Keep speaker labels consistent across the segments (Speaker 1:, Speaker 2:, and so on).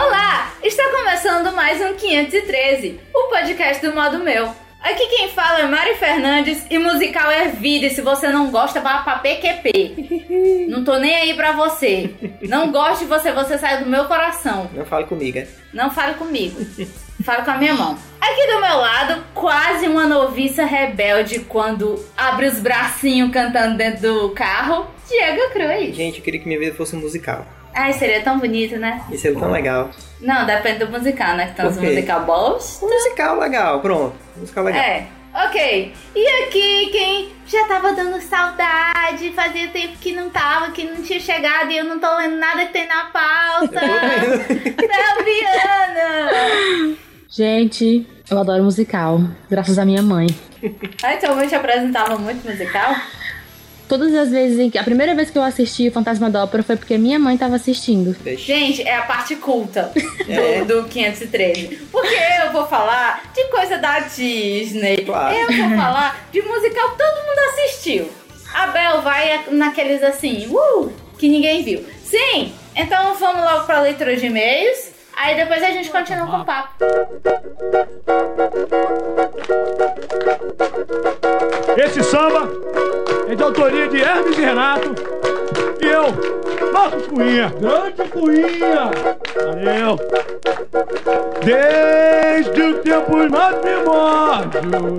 Speaker 1: Ah, 513, o podcast do modo meu. Aqui quem fala é Mari Fernandes e musical é vida. E se você não gosta, vá pra PQP. não tô nem aí pra você. Não gosto de você, você sai do meu coração.
Speaker 2: Não fale comigo. é?
Speaker 1: Não fale comigo. Fala com a minha mão. Aqui do meu lado, quase uma noviça rebelde quando abre os bracinhos cantando dentro do carro. Diego Cruz.
Speaker 2: Gente, eu queria que minha vida fosse um musical.
Speaker 1: Ai, seria tão bonito, né?
Speaker 2: Isso é tão legal.
Speaker 1: Não, depende do musical, né? Que tem
Speaker 2: Por
Speaker 1: uns
Speaker 2: quê?
Speaker 1: musical bons.
Speaker 2: Um musical legal, pronto. Um musical legal.
Speaker 1: É. Ok. E aqui, quem já tava dando saudade, fazia tempo que não tava, que não tinha chegado e eu não tô lendo nada que tem na pauta. Fabiana!
Speaker 3: Gente, eu adoro musical, graças à minha mãe.
Speaker 1: Ai, tua mãe te apresentava muito musical?
Speaker 3: Todas as vezes em que. A primeira vez que eu assisti o Fantasma da Ópera foi porque minha mãe tava assistindo.
Speaker 2: Deixa.
Speaker 1: Gente, é a parte culta do,
Speaker 2: É.
Speaker 1: do 513. Porque eu vou falar de coisa da Disney.
Speaker 2: Claro.
Speaker 1: Eu vou falar de musical que todo mundo assistiu. A Bel vai naqueles assim, uh, que ninguém viu. Sim, então vamos logo pra leitura de e-mails. Aí depois a gente continua com o papo.
Speaker 4: Esse samba é de autoria de Hermes e Renato e eu, Marcos Cunha. Grande Cunha! Valeu! Desde tempos mais primórdios.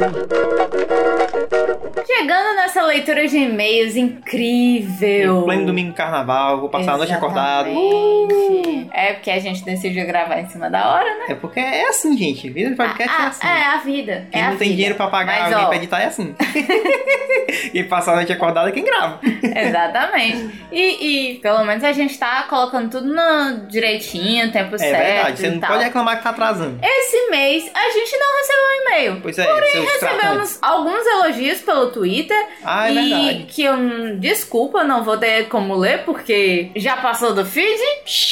Speaker 1: Chegando nessa leitura de e-mails incrível.
Speaker 2: Em Um pleno domingo carnaval, vou passar a noite acordado.
Speaker 1: Exatamente. É porque a gente decidiu gravar em cima da hora, né?
Speaker 2: É porque é assim, gente. Vida de podcast é
Speaker 1: Ah,
Speaker 2: assim.
Speaker 1: É a vida.
Speaker 2: Quem
Speaker 1: é a
Speaker 2: não tem
Speaker 1: vida.
Speaker 2: dinheiro pra pagar
Speaker 1: Mas,
Speaker 2: alguém
Speaker 1: ó,
Speaker 2: pra editar é assim. e passar a noite acordada é quem grava.
Speaker 1: Exatamente. E, e, pelo menos a gente tá colocando tudo no direitinho, tempo
Speaker 2: É
Speaker 1: certo.
Speaker 2: verdade. Você
Speaker 1: e
Speaker 2: não
Speaker 1: tal. É,
Speaker 2: pode reclamar que tá atrasando.
Speaker 1: Esse mês a gente não recebeu um e-mail.
Speaker 2: Pois é, Porém, seus tratantes.
Speaker 1: Recebemos alguns elogios pelo Twitter
Speaker 2: Ah, é
Speaker 1: e
Speaker 2: verdade.
Speaker 1: que eu hum, desculpa, não vou ter como ler porque já passou do feed.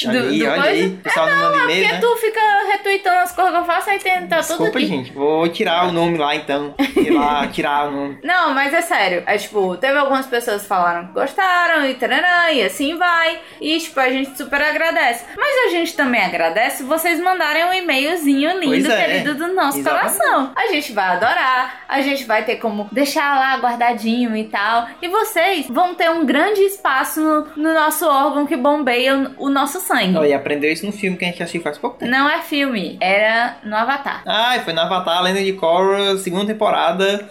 Speaker 1: Do,
Speaker 2: olha aí,
Speaker 1: do
Speaker 2: olha aí. O pessoal não manda e-mail,
Speaker 1: Porque
Speaker 2: né?
Speaker 1: tu fica retweetando as coisas que eu faço, aí tem, tá tudo
Speaker 2: Desculpa,
Speaker 1: aqui.
Speaker 2: gente. Vou tirar o nome lá, então. Ir lá, tirar o nome.
Speaker 1: Não, mas é sério. É tipo, teve algumas pessoas que falaram que gostaram e tarará, e assim vai. E tipo, a gente super agradece. Mas a gente também agradece vocês mandarem um e-mailzinho lindo,
Speaker 2: Pois é.
Speaker 1: querido, do nosso
Speaker 2: Exatamente.
Speaker 1: coração. A gente vai adorar, a gente vai ter como deixar lá guardadinho e tal. E vocês vão ter um grande espaço no, no nosso órgão que bombeia o nosso sangue.
Speaker 2: Ó, E aprendeu isso no filme que a gente assistiu faz pouco tempo.
Speaker 1: Não é filme, era no Avatar.
Speaker 2: Ah, foi na Avatar, Lenda de Korra, segunda temporada.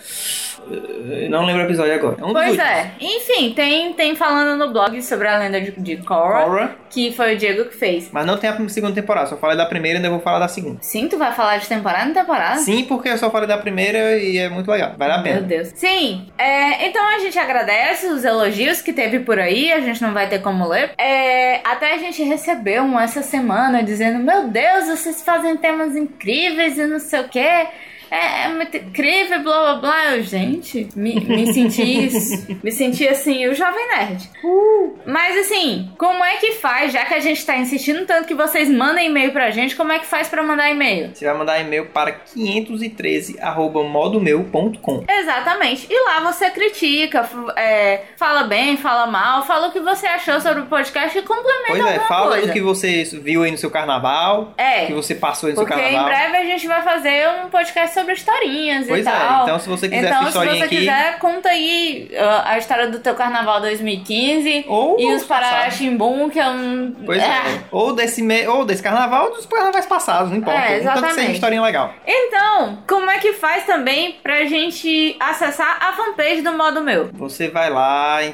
Speaker 2: Eh, Não lembro o episódio agora. É um dos
Speaker 1: Pois
Speaker 2: últimos.
Speaker 1: é. Enfim, tem, tem falando no blog sobre a lenda de, de Korra.
Speaker 2: Korra,
Speaker 1: Que foi o Diego que fez.
Speaker 2: mas não tem a segunda temporada. Só falei da primeira e ainda vou falar da segunda.
Speaker 1: Sim, tu vai falar de temporada em temporada?
Speaker 2: Sim, porque eu só falei da primeira e é muito legal. Vale a
Speaker 1: Meu
Speaker 2: pena.
Speaker 1: Deus. Sim, é, então a gente agradece os elogios que teve por aí, a gente não vai ter como ler. É, até a gente recebeu um essa semana dizendo: Meu Deus, vocês fazem temas incríveis e não sei o quê. É, é muito incrível, blá blá blá. Eu, gente, me, me senti. me senti assim, o Jovem Nerd.
Speaker 2: Uh!
Speaker 1: Mas assim, como é que faz, já que a gente tá insistindo tanto que vocês mandem e-mail pra gente, como é que faz pra mandar e-mail?
Speaker 2: Você vai mandar e-mail para 513@modomeu.com.
Speaker 1: Exatamente. E lá você critica, f- é, fala bem, fala mal, fala o que você achou sobre o podcast e complementa
Speaker 2: Pois é,
Speaker 1: alguma
Speaker 2: fala
Speaker 1: coisa.
Speaker 2: do que você viu aí no seu carnaval,
Speaker 1: É.
Speaker 2: que você passou aí no
Speaker 1: Porque
Speaker 2: seu
Speaker 1: em
Speaker 2: carnaval.
Speaker 1: breve a gente vai fazer um podcast sobre historinhas
Speaker 2: Pois
Speaker 1: e
Speaker 2: é,
Speaker 1: tal.
Speaker 2: então se você quiser essa
Speaker 1: então, se
Speaker 2: historinha
Speaker 1: você
Speaker 2: aqui.
Speaker 1: quiser, conta aí ah, a história do teu carnaval 2015
Speaker 2: Ou
Speaker 1: e
Speaker 2: vamos
Speaker 1: os Pararachimbum, que é um.
Speaker 2: Uh, Pois é. Ou desse me... ou desse carnaval ou dos carnavais passados, não importa.
Speaker 1: É,
Speaker 2: Tanto que seja
Speaker 1: exatamente.
Speaker 2: historinha legal.
Speaker 1: Então, como é que faz também pra gente acessar a fanpage do modo meu?
Speaker 2: Você vai lá em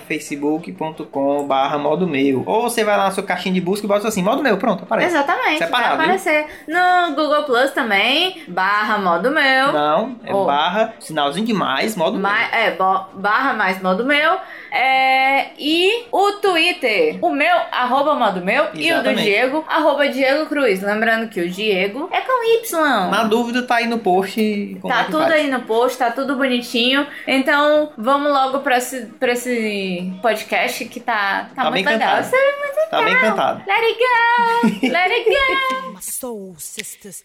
Speaker 2: facebook.com barra modo meu. Ou você vai lá na sua caixinha de busca e bota assim, modo meu, pronto, aparece.
Speaker 1: Exatamente,
Speaker 2: Separado,
Speaker 1: vai aparecer no Google Plus também, barra modo meu,
Speaker 2: Não, é
Speaker 1: Ou-
Speaker 2: barra, sinalzinho de mais, modo
Speaker 1: ma- é, bo- barra mais modo meu, é, e o Twitter, o meu, arroba modo meu, e o do
Speaker 2: Exatamente.
Speaker 1: Diego, arroba Diego Cruz, lembrando que o Diego é com Y.
Speaker 2: meu. Na dúvida, tá aí no post. Como é
Speaker 1: Tá
Speaker 2: que
Speaker 1: tudo
Speaker 2: faz.
Speaker 1: aí no post, tá tudo bonitinho. Então, vamos logo pra esse, pra esse podcast que tá, tá,
Speaker 2: Tá
Speaker 1: muito
Speaker 2: bem
Speaker 1: legal.
Speaker 2: cantado.
Speaker 1: Você é muito
Speaker 2: Tá bem cantado.
Speaker 1: Let it go! Let it go!
Speaker 5: My soul sisters,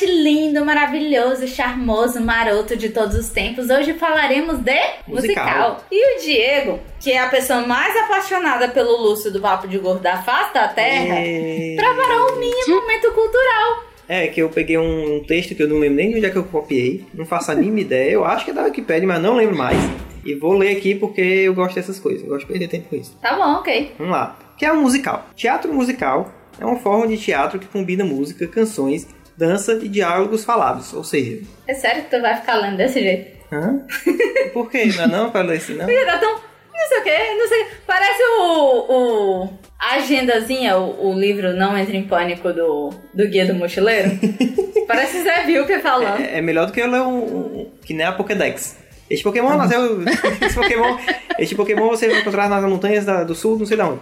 Speaker 6: Começando
Speaker 1: maravilhoso, charmoso, maroto de todos os tempos. Hoje falaremos de musical.
Speaker 2: Musical.
Speaker 1: E o Diego, que é a pessoa mais apaixonada pelo Lúcio do Papo de Gordo da Face da Terra,
Speaker 2: É...
Speaker 1: preparou um mini momento cultural.
Speaker 2: É, que eu peguei um, um texto que eu não lembro nem de onde é que eu copiei. Não faço a mínima ideia. Eu acho que é da Wikipedia, mas não lembro mais. E vou ler aqui porque eu gosto dessas coisas. Eu gosto de perder tempo com isso.
Speaker 1: Tá bom, ok.
Speaker 2: Vamos lá. Que é um musical. Teatro musical é uma forma de teatro que combina música, canções, dança e diálogos falados. Ou seja...
Speaker 1: É sério que tu vai ficar lendo desse jeito?
Speaker 2: Hã? Por que? Não é não pra ler assim, não?
Speaker 1: Porque tá tão. Não sei o que, não sei. Parece o. o a agendazinha, o, o livro Não Entra em Pânico do, do Guia do Mochileiro. Parece Zé Vilker falando.
Speaker 2: É, é melhor do que eu ler um, um- que nem a Pokédex. Este Pokémon nasceu. Este Pokémon, este Pokémon você vai encontrar nas montanhas da- do sul, não sei de onde.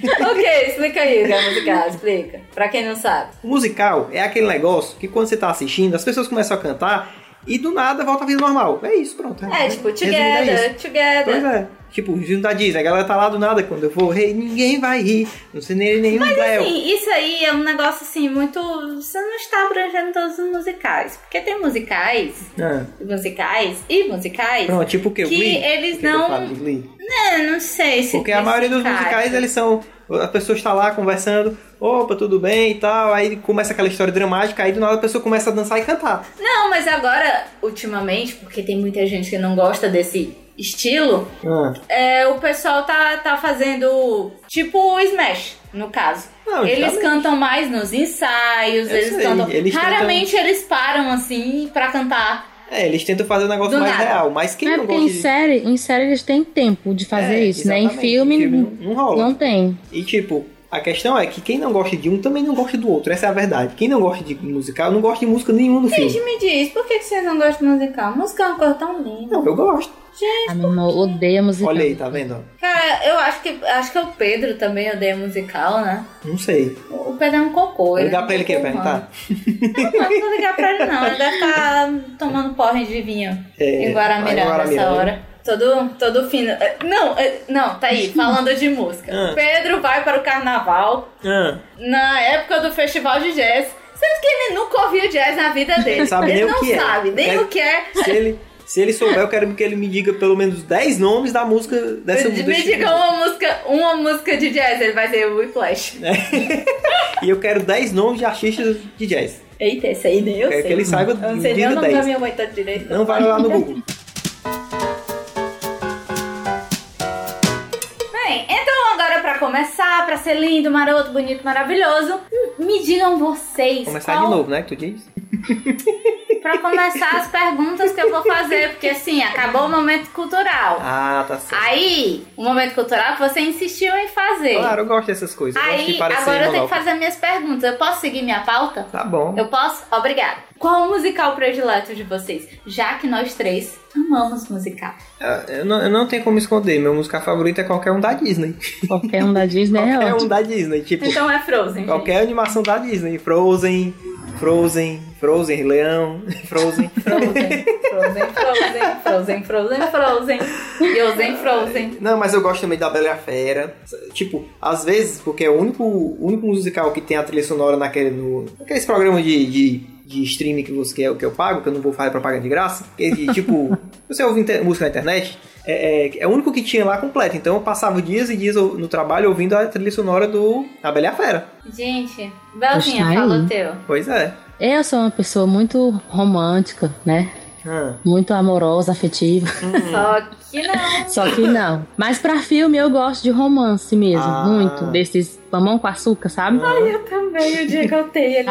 Speaker 1: ok, explica aí o que é musical, explica. Pra quem não sabe.
Speaker 2: O musical é aquele negócio que quando você tá assistindo, as pessoas começam a cantar e do nada volta a vida normal. É isso, pronto.
Speaker 1: É, tipo,
Speaker 2: Resumindo, é isso.
Speaker 1: together,
Speaker 2: Pois
Speaker 1: together.
Speaker 2: é. Tipo, o da Disney, a galera tá lá do nada quando eu vou rei, ninguém vai rir. Não sei nem nenhum Léo.
Speaker 1: Sim, isso aí é um negócio assim, muito. Você não está abrangendo todos os musicais. Porque tem musicais,
Speaker 2: Ah,
Speaker 1: musicais e musicais.
Speaker 2: pronto, tipo o que?
Speaker 1: Que
Speaker 2: Glee?
Speaker 1: eles
Speaker 2: O que eu
Speaker 1: não-
Speaker 2: falo de Glee?
Speaker 1: É, não sei se.
Speaker 2: Porque a maioria dos
Speaker 1: musicais-
Speaker 2: musicais, eles são. A pessoa está lá conversando, opa, tudo bem e tal. Aí começa aquela história dramática, aí do nada a pessoa começa a dançar e cantar.
Speaker 1: Não, mas agora, ultimamente, porque tem muita gente que não gosta desse estilo,
Speaker 2: Ah.
Speaker 1: é, o pessoal tá, tá fazendo tipo o Smash, no caso.
Speaker 2: Não,
Speaker 1: eles
Speaker 2: justamente.
Speaker 1: cantam mais nos ensaios,
Speaker 2: Eu
Speaker 1: eles
Speaker 2: sei,
Speaker 1: cantam.
Speaker 2: eles tentam-
Speaker 1: Raramente eles param assim pra cantar.
Speaker 2: É, eles tentam fazer um negócio
Speaker 1: Do
Speaker 2: mais
Speaker 1: nada.
Speaker 2: real, mas quem
Speaker 3: Não é
Speaker 2: não
Speaker 3: porque em
Speaker 2: gosta de.
Speaker 3: série, em série eles têm tempo de fazer
Speaker 2: É,
Speaker 3: isso, né? Em
Speaker 2: exatamente,
Speaker 3: filme,
Speaker 2: não, não rola.
Speaker 3: não tem.
Speaker 2: E tipo, a questão é que quem não gosta de um também não gosta do outro. Essa é a verdade. Quem não gosta de musical não gosta de música nenhuma do filme.
Speaker 1: Gente, me diz, por que que vocês não gostam de musical? Música é uma coisa tão linda.
Speaker 2: Não, eu gosto.
Speaker 3: A minha irmã odeia musical.
Speaker 2: Olha aí, tá vendo?
Speaker 1: Cara, eu acho que acho que o Pedro também odeia musical, né?
Speaker 2: Não sei.
Speaker 1: O o Pedro é um cocô.
Speaker 2: Vou
Speaker 1: ele
Speaker 2: ligar
Speaker 1: não
Speaker 2: pra ele
Speaker 1: tem
Speaker 2: aqui,
Speaker 1: culpa, não.
Speaker 2: perguntar.
Speaker 1: Não, não vou ligar pra ele não. Ele deve estar tomando porre de vinho
Speaker 2: É,
Speaker 1: em Guaramirã
Speaker 2: lá em Guaramirã,
Speaker 1: nessa
Speaker 2: né?
Speaker 1: hora. Todo, todo fim. Não, é, não, tá aí, falando de música.
Speaker 2: Ah.
Speaker 1: Pedro vai para o carnaval
Speaker 2: Ah,
Speaker 1: na época do festival de jazz. Sendo que ele nunca ouviu jazz na vida dele.
Speaker 2: Ele sabe nem o
Speaker 1: não
Speaker 2: que é.
Speaker 1: sabe nem
Speaker 2: Ele-
Speaker 1: o que é.
Speaker 2: se ele. Se ele souber, eu quero que ele me diga pelo menos 10 nomes da música dessa
Speaker 1: Me
Speaker 2: desse-
Speaker 1: diga uma música, uma música de jazz, ele vai ter o Whiplash.
Speaker 2: É. E eu quero 10 nomes de artistas de jazz.
Speaker 1: Eita, esse aí nem eu
Speaker 2: Quero
Speaker 1: sei.
Speaker 2: É que ele saiba
Speaker 1: eu não sei nem
Speaker 2: medida
Speaker 1: o nome
Speaker 2: 10.
Speaker 1: da minha mãe tá direito.
Speaker 2: Não vai lá no Google.
Speaker 1: Bem, então agora pra começar, pra ser lindo, maroto, bonito, maravilhoso, me digam vocês.
Speaker 2: Começar
Speaker 1: qual-
Speaker 2: de novo, né? Que tu diz?
Speaker 1: Pra começar as perguntas que eu vou fazer, porque assim, acabou o momento cultural.
Speaker 2: Ah, tá certo.
Speaker 1: Aí, o momento cultural que você insistiu em fazer.
Speaker 2: Claro, eu gosto dessas coisas. eu gosto de
Speaker 1: Aí,
Speaker 2: parecer
Speaker 1: agora eu tenho
Speaker 2: monólogo.
Speaker 1: que fazer minhas perguntas. Eu posso seguir minha pauta?
Speaker 2: Tá bom.
Speaker 1: Eu posso? Obrigada. Qual o musical predileto de vocês? Já que nós três amamos musical.
Speaker 2: Ah, Eu, não, eu não tenho como esconder. Meu música favorita é qualquer um da Disney.
Speaker 3: Qualquer um da Disney é
Speaker 2: qualquer um
Speaker 3: ótimo.
Speaker 2: da Disney. Tipo,
Speaker 1: Então é Frozen. gente.
Speaker 2: qualquer animação da Disney. Frozen, Frozen, Frozen, Rei Leão, Frozen.
Speaker 1: Frozen, Frozen, Frozen, Frozen, Frozen, Frozen, Frozen, Frozen.
Speaker 2: Não, mas eu gosto também da Bela e a Fera. Tipo, às vezes, porque é o único, o único musical que tem a trilha sonora naquele, no, naqueles programas de, de, de streaming que, você, que, eu, que eu pago, que eu não vou fazer propaganda de graça. Que, que, tipo, você ouve inter- música na internet, é, é, é o único que tinha lá completo. Então eu passava dias e dias no trabalho ouvindo a trilha sonora do A Bela e a Fera.
Speaker 1: Gente, Belzinha,
Speaker 3: Está aí.
Speaker 1: fala o teu.
Speaker 2: Pois é.
Speaker 3: Eu sou uma pessoa muito romântica, né?
Speaker 2: Ah,
Speaker 3: Muito amorosa, afetiva.
Speaker 1: Só
Speaker 2: Hum.
Speaker 1: que não.
Speaker 3: Só que não. Mas pra filme eu gosto de romance mesmo,
Speaker 2: Ah.
Speaker 3: muito. Desses mamão com açúcar, sabe?
Speaker 1: Eu também, o dia que eu tenho ele.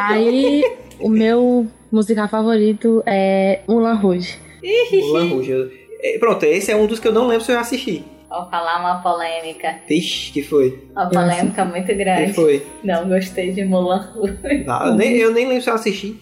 Speaker 3: Aí o meu musical favorito é Mulan Rouge.
Speaker 2: Mulan Rouge. Eu- é, Pronto, esse é um dos que eu não lembro se eu já assisti.
Speaker 1: Vou falar uma polêmica.
Speaker 2: Vixe, que foi?
Speaker 1: Uma polêmica muito
Speaker 2: Que
Speaker 1: grande.
Speaker 2: foi?
Speaker 1: Não gostei de Mulan Rouge.
Speaker 2: Ah, eu nem- eu nem lembro se eu assisti.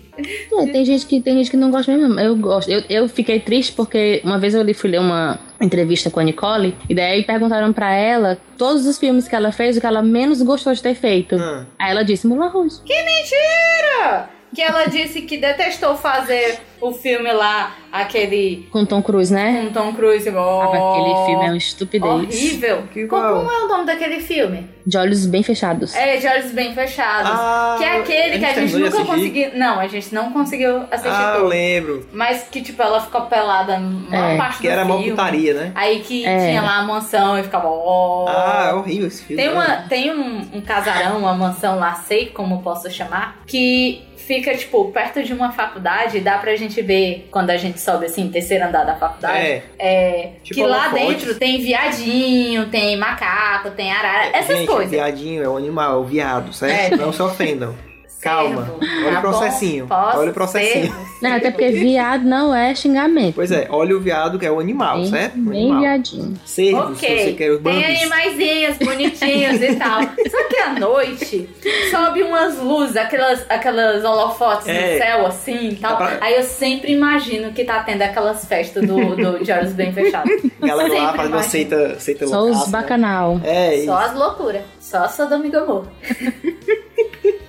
Speaker 3: É, tem gente que tem gente que não gosta mesmo. Eu gosto. Eu, eu fiquei triste porque uma vez eu li, fui ler uma entrevista com a Nicole e daí perguntaram pra ela todos os filmes que ela fez o que ela menos gostou de ter feito.
Speaker 2: Ah.
Speaker 3: Aí ela disse Mulan Rouge.
Speaker 1: Que mentira! Que ela disse que detestou fazer o filme lá, aquele
Speaker 3: Com Tom Cruise, né?
Speaker 1: com Tom Cruise igual.
Speaker 3: Aquele filme é uma estupidez.
Speaker 1: horrível.
Speaker 2: Que
Speaker 1: Como,
Speaker 2: qual?
Speaker 1: como é o nome daquele filme?
Speaker 3: De olhos bem fechados.
Speaker 1: É, de olhos bem fechados.
Speaker 2: Ah,
Speaker 1: que é aquele que a gente
Speaker 2: terminou de
Speaker 1: nunca
Speaker 2: assistir?
Speaker 1: conseguiu. Não, a gente não conseguiu assistir
Speaker 2: Ah, eu
Speaker 1: todo.
Speaker 2: lembro.
Speaker 1: Mas que, tipo, ela ficou pelada na maior
Speaker 3: É,
Speaker 1: parte
Speaker 2: Que
Speaker 1: do
Speaker 2: era mó
Speaker 1: filme.
Speaker 2: putaria, né?
Speaker 1: Aí que
Speaker 3: É.
Speaker 1: tinha lá a mansão e ficava. "Oh." ó.
Speaker 2: Ah, é horrível esse filme.
Speaker 1: Tem,
Speaker 2: né?
Speaker 1: uma, tem um, um casarão, uma mansão lá, sei como posso chamar, que fica, tipo, perto de uma faculdade e dá pra gente ver quando a gente sobe, assim, terceiro andar da faculdade.
Speaker 2: É,
Speaker 1: É,
Speaker 2: Tipo
Speaker 1: que lá
Speaker 2: holofote.
Speaker 1: dentro tem viadinho, tem macaco, tem arara, essas
Speaker 2: É, gente,
Speaker 1: coisas.
Speaker 2: Viadinho é um animal, viado, certo?
Speaker 1: É.
Speaker 2: Não se ofendam. Calma,
Speaker 1: Servo,
Speaker 2: olha
Speaker 1: tá
Speaker 2: o
Speaker 1: bom?
Speaker 2: processinho,
Speaker 1: Posso
Speaker 2: olha o processinho.
Speaker 1: ser?
Speaker 3: Não, até porque viado não é xingamento.
Speaker 2: Pois é, olha o viado que é o animal,
Speaker 3: Bem,
Speaker 2: certo? Um
Speaker 3: bem
Speaker 2: animal.
Speaker 3: viadinho.
Speaker 2: Cervos, se você
Speaker 1: Ok,
Speaker 2: quer os
Speaker 1: tem
Speaker 2: bambis.
Speaker 1: animaizinhos bonitinhos e tal. Só que à noite sobe umas luzes, aquelas, aquelas holofotes
Speaker 2: É.
Speaker 1: no céu assim e tal.
Speaker 2: Dá pra-
Speaker 1: Aí eu sempre imagino que tá tendo aquelas festas do, do de olhos bem fechados.
Speaker 2: A galera lá
Speaker 1: Sempre
Speaker 2: faz uma
Speaker 1: imagino.
Speaker 2: seita, seita
Speaker 3: Só
Speaker 2: loucaça,
Speaker 3: os
Speaker 2: né?
Speaker 3: bacanal.
Speaker 2: É, e
Speaker 1: Só as loucuras. Só Sodoma e Gomorra.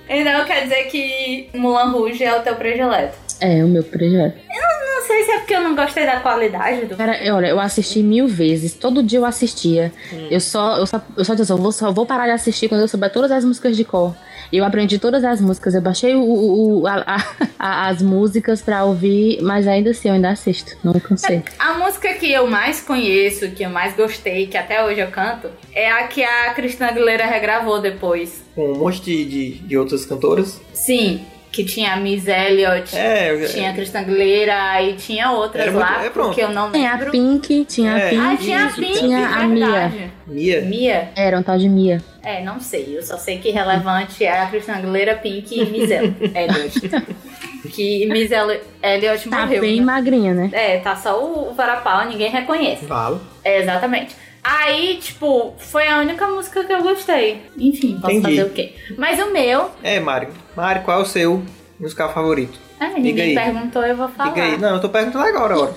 Speaker 1: Então quer dizer que Mulan Rouge é o teu predileto.
Speaker 3: É, o meu projeto.
Speaker 1: Não sei se é porque eu não gostei da qualidade do
Speaker 3: Cara, eu- olha, eu assisti mil vezes, todo dia eu assistia. Eu só, eu só, eu só disse, eu vou, só vou parar de assistir quando eu souber todas as músicas de cor. E Eu aprendi todas as músicas, eu baixei o, o- o- a- a- a- as músicas pra ouvir, mas ainda assim, eu ainda assisto, não cansei.
Speaker 1: A música que eu mais conheço, que eu mais gostei, que até hoje eu canto, é a que a Cristina Aguilera regravou depois.
Speaker 2: com um monte de, de, de outras cantoras.
Speaker 1: Sim, que tinha a Miss Elliott,
Speaker 2: É,
Speaker 1: tinha a Cristina Aguilera e tinha outras
Speaker 2: Era muito-
Speaker 1: lá,
Speaker 2: é, pronto.
Speaker 1: que eu não
Speaker 3: Tinha
Speaker 1: lembro.
Speaker 3: a Pink, tinha
Speaker 2: É.
Speaker 3: a Pink,
Speaker 1: Ah, tinha a Pink,
Speaker 3: tinha a Mia.
Speaker 1: verdade.
Speaker 2: Mia.
Speaker 1: Mia?
Speaker 3: Era um tal de Mia.
Speaker 1: É, não sei. Eu só sei que relevante é a Cristina Aguilera, Pink e Miss El- Elliott. É, que Miss Elli- Elliott
Speaker 3: Tá
Speaker 1: morreu.
Speaker 3: bem
Speaker 1: né?
Speaker 3: magrinha, né?
Speaker 1: É, tá só o, o varapau, ninguém reconhece.
Speaker 2: Vale.
Speaker 1: É, exatamente. Aí, tipo, foi a única música que eu gostei. Enfim, posso
Speaker 2: Entendi.
Speaker 1: fazer o quê? Mas o meu.
Speaker 2: É, Mário. Mário, qual é o seu musical favorito?
Speaker 1: Ah,
Speaker 2: Diga aí.
Speaker 1: ninguém perguntou, eu vou falar.
Speaker 2: Diga aí. Não, eu tô perguntando agora, ora.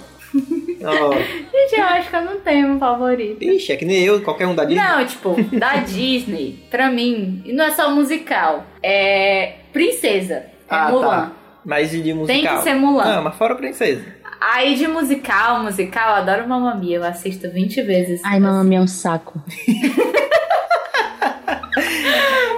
Speaker 2: Ó,
Speaker 1: Gente, eu acho que eu não tenho um favorito.
Speaker 2: Ixi, é que nem eu, qualquer um da Disney.
Speaker 1: Não, tipo, da Disney, pra mim, e não é só musical, é Princesa, é
Speaker 2: Ah,
Speaker 1: Mulan.
Speaker 2: tá. Mas de musical.
Speaker 1: Tem que ser Mulan.
Speaker 2: Não, mas fora princesa.
Speaker 1: Aí de musical, musical, eu adoro Mamma Mia, eu assisto 20 vezes.
Speaker 3: Ai, mamãe, é um saco.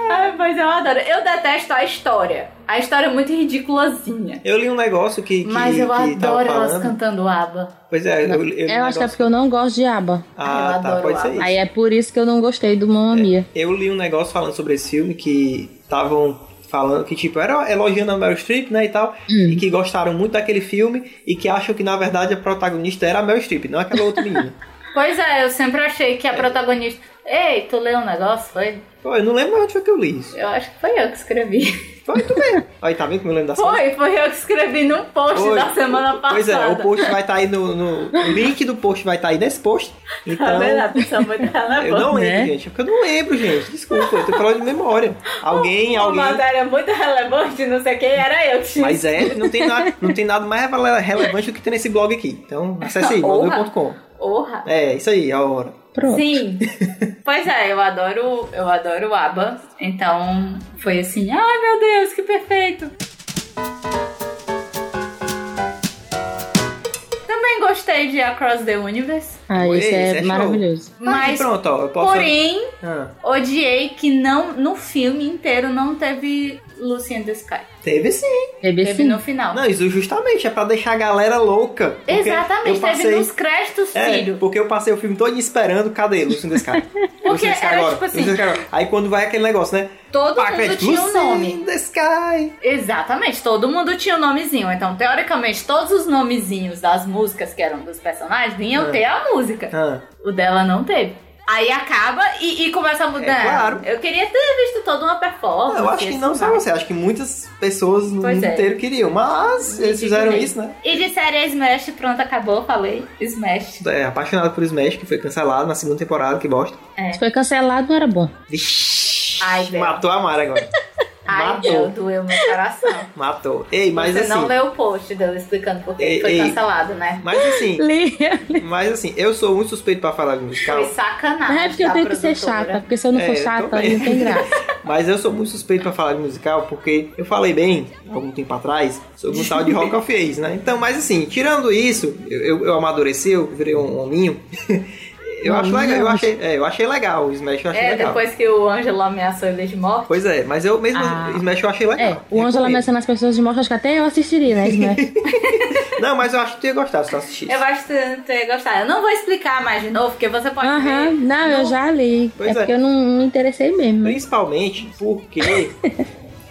Speaker 1: Ai, mas Ah, eu adoro. Eu detesto a história. A história é muito ridiculazinha.
Speaker 2: Eu li um negócio que. que
Speaker 1: Mas eu
Speaker 2: que tava
Speaker 1: adoro elas
Speaker 2: falando.
Speaker 1: cantando ABBA.
Speaker 2: Pois é, eu, eu, li um
Speaker 3: Eu acho que é
Speaker 2: negócio-
Speaker 3: porque eu não gosto de aba.
Speaker 1: eu
Speaker 2: Ah, tá,
Speaker 1: adoro
Speaker 2: pode ser
Speaker 1: lá.
Speaker 2: isso.
Speaker 3: Aí é por isso que eu não gostei do Mamma Mia.
Speaker 2: Eu li um negócio falando sobre esse filme que estavam falando que, tipo, era elogiando a Meryl Streep, né, e tal,
Speaker 3: Hum.
Speaker 2: e que gostaram muito daquele filme e que acham que, na verdade, a protagonista era a Meryl Streep, não aquela outra menina.
Speaker 1: Pois é, eu sempre achei que a protagonista. Ei, tu leu um negócio? Foi?
Speaker 2: Pô, eu não lembro mais onde foi que eu li isso.
Speaker 1: Eu acho que foi eu que escrevi.
Speaker 2: Foi tu mesmo. Aí, tá vendo como eu lembro das coisas?
Speaker 1: Foi, foi eu que escrevi num post
Speaker 2: Foi.
Speaker 1: da semana passada.
Speaker 2: Pois é, o post vai estar aí no, no- O link do post vai estar aí nesse post.
Speaker 1: Tá
Speaker 2: Então.
Speaker 1: vendo? A pessoa é muito relevante.
Speaker 2: Eu não lembro,
Speaker 3: Né?
Speaker 2: gente. É porque eu não lembro, gente. Desculpa, eu tô falando de memória. Alguém,
Speaker 1: Uma
Speaker 2: alguém.
Speaker 1: matéria muito relevante, não sei quem era eu. que-
Speaker 2: Mas é, não tem nada, não tem nada mais rele- relevante do que tem nesse blog aqui. Então, acesse aí,
Speaker 1: Porra.
Speaker 2: blogeu.com.
Speaker 1: Porra.
Speaker 2: É, isso aí, é a hora.
Speaker 3: Pronto.
Speaker 1: Sim. pois é, eu adoro, eu adoro ABBA. Então, foi assim, ai meu Deus, que perfeito. Também gostei de Across the Universe,
Speaker 3: Ah,
Speaker 2: Oi,
Speaker 3: esse
Speaker 2: esse é
Speaker 3: é
Speaker 2: show.
Speaker 3: maravilhoso.
Speaker 2: Mas
Speaker 1: mas
Speaker 2: pronto, ó, eu posso.
Speaker 1: porém,
Speaker 2: Ah,
Speaker 1: odiei que não no filme inteiro não teve Lucy in the Sky.
Speaker 2: teve sim.
Speaker 1: Teve
Speaker 3: BBC.
Speaker 1: no final.
Speaker 2: Não, isso justamente é pra deixar a galera louca. Porque
Speaker 1: Exatamente,
Speaker 2: eu passei...
Speaker 1: teve nos créditos,
Speaker 2: É,
Speaker 1: filho.
Speaker 2: porque eu passei o filme todo esperando, cadê Lucy in the Sky? Lucy in the Sky
Speaker 1: era
Speaker 2: agora,
Speaker 1: tipo assim-
Speaker 2: Lucy in the Sky agora. Aí quando vai aquele negócio, né?
Speaker 1: Todo
Speaker 2: Pá,
Speaker 1: mundo
Speaker 2: crédito,
Speaker 1: tinha um nome.
Speaker 2: Lucy in the Sky.
Speaker 1: Exatamente, todo mundo tinha um nomezinho. Então, teoricamente, todos os nomezinhos das músicas que eram dos personagens iam
Speaker 2: Ah.
Speaker 1: ter a música.
Speaker 2: Ah,
Speaker 1: O dela não teve. Aí acaba e, e começa a mudar.
Speaker 2: É, claro.
Speaker 1: Eu queria ter visto toda uma performance. assim,
Speaker 2: eu acho que
Speaker 1: esse
Speaker 2: não só
Speaker 1: tal.
Speaker 2: você, acho que muitas pessoas no
Speaker 1: Pois
Speaker 2: mundo
Speaker 1: é.
Speaker 2: inteiro queriam, mas eles fizeram
Speaker 1: Ridículo.
Speaker 2: isso, né?
Speaker 1: E disseram é Smash, pronto, acabou, falei. Smash.
Speaker 2: É, apaixonado por Smash, que foi cancelado na segunda temporada, que bosta.
Speaker 3: Se foi cancelado, não era bom.
Speaker 2: Vixe,
Speaker 1: Ai, velho.
Speaker 2: matou a Mara agora.
Speaker 1: Ai,
Speaker 2: Matou.
Speaker 1: deu, doeu meu coração.
Speaker 2: Matou. Ei, mas
Speaker 1: Você
Speaker 2: assim. É,
Speaker 1: não leu o post dele explicando porque
Speaker 2: Ei,
Speaker 1: ele foi
Speaker 2: ei.
Speaker 1: cancelado, né?
Speaker 2: Mas assim,
Speaker 3: Lia.
Speaker 2: mas assim, eu sou muito suspeito pra falar de musical.
Speaker 1: Foi sacanagem.
Speaker 3: Não é porque eu
Speaker 1: da
Speaker 3: tenho que ser
Speaker 1: produtora.
Speaker 3: chata, porque se eu não
Speaker 2: É,
Speaker 3: for
Speaker 2: eu
Speaker 3: chata,
Speaker 2: também.
Speaker 3: não tem graça.
Speaker 2: Mas eu sou muito suspeito pra falar de musical porque eu falei bem, algum tempo atrás, sobre um tal de Rock of Ages, né? Então, mas assim, tirando isso, eu, eu, eu amadureci, eu virei um hominho. Eu acho
Speaker 3: Hominho.
Speaker 2: legal, eu achei, é, eu achei legal o Smash, eu achei
Speaker 1: É,
Speaker 2: legal.
Speaker 1: depois que o Ângelo ameaçou ele de morte.
Speaker 2: Pois é, mas eu mesmo
Speaker 3: Ah.
Speaker 2: Smash eu achei legal.
Speaker 3: É, o Ângelo
Speaker 2: Recomendo.
Speaker 3: ameaçando as pessoas de morte, acho que até eu assistiria, né, Smash?
Speaker 2: Não, mas eu acho que tu ia gostar se tu assistisse.
Speaker 1: Eu acho que tu tu ia gostar. Eu não vou explicar mais de novo, porque você pode
Speaker 3: Aham,
Speaker 1: ver.
Speaker 3: não, eu já li.
Speaker 2: Pois
Speaker 3: é,
Speaker 2: é.
Speaker 3: porque eu não me interessei mesmo.
Speaker 2: Principalmente porque.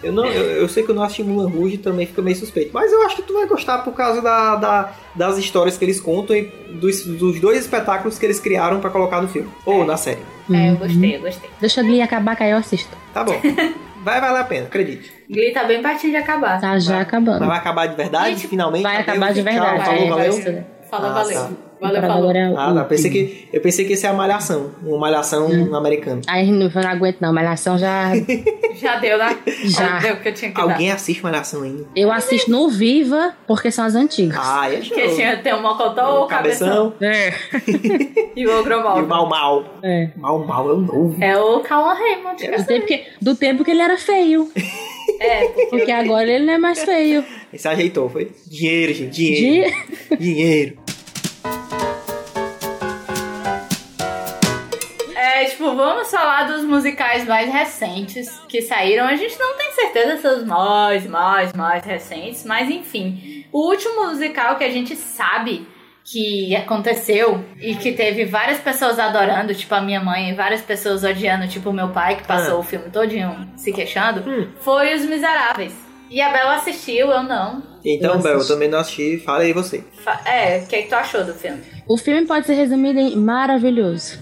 Speaker 2: Eu, não, eu, eu sei que o nosso Mulan Rouge também fica meio suspeito, mas eu acho que tu vai gostar por causa da, da- das histórias que eles contam e dos, dos dois espetáculos que eles criaram pra colocar no filme. Ou na série.
Speaker 1: É, eu gostei, eu gostei.
Speaker 3: Deixa a Glee acabar, que aí eu assisto.
Speaker 2: Tá bom. Vai valer a pena, acredite.
Speaker 1: Glee tá bem pertinho de acabar.
Speaker 3: Tá já
Speaker 2: Mas
Speaker 3: acabando.
Speaker 2: vai acabar de verdade,
Speaker 1: Gente,
Speaker 2: finalmente.
Speaker 3: Vai
Speaker 2: Adeus,
Speaker 3: acabar de
Speaker 2: tchau,
Speaker 3: verdade.
Speaker 2: falou,
Speaker 1: vai,
Speaker 2: valeu.
Speaker 1: vai. Falou,
Speaker 2: Ah,
Speaker 1: valeu.
Speaker 2: tá.
Speaker 1: Valeu,
Speaker 3: Pra
Speaker 1: falou.
Speaker 3: agora é o
Speaker 2: Ah, tá. Pensei
Speaker 3: último.
Speaker 2: que, eu pensei que ia ser a malhação, uma malhação americana.
Speaker 3: Aí não, eu não aguento não, Malhação já...
Speaker 1: Já deu, né?
Speaker 3: Já.
Speaker 1: deu o que eu tinha que
Speaker 2: Alguém assiste malhação ainda?
Speaker 3: Eu assisto no Viva, porque são as antigas.
Speaker 2: Ah, é
Speaker 1: dar.
Speaker 2: show.
Speaker 1: Porque tinha tem o Mocotó, o Cabeção,
Speaker 3: É.
Speaker 1: e o
Speaker 2: e o
Speaker 1: Ogromol.
Speaker 2: Mal Mal.
Speaker 3: é.
Speaker 2: Mal Mal é o novo.
Speaker 1: É o Cauan Raymond.
Speaker 3: Do
Speaker 2: é.
Speaker 3: tempo, que, do tempo que ele era feio.
Speaker 1: É, porque
Speaker 3: Porque agora ele não é mais feio.
Speaker 2: Ele se ajeitou, foi? Dinheiro, gente,
Speaker 3: De...
Speaker 2: dinheiro. Dinheiro.
Speaker 1: É, tipo, vamos falar dos musicais mais recentes que saíram. A gente não tem certeza se os mais, mais, mais recentes, mas enfim. O último musical que a gente sabe que aconteceu e que teve várias pessoas adorando, tipo a minha mãe, e várias pessoas odiando, tipo o meu pai, que passou o filme todinho se queixando,
Speaker 2: Hum.
Speaker 1: foi Os Miseráveis. E a Bela assistiu, eu não.
Speaker 2: Então,
Speaker 3: Eu
Speaker 2: Bel, eu
Speaker 3: assisti.
Speaker 2: também não assisti. Fala aí você.
Speaker 1: Fa- É, o que, é que tu achou do filme?
Speaker 3: O filme pode ser resumido em maravilhoso.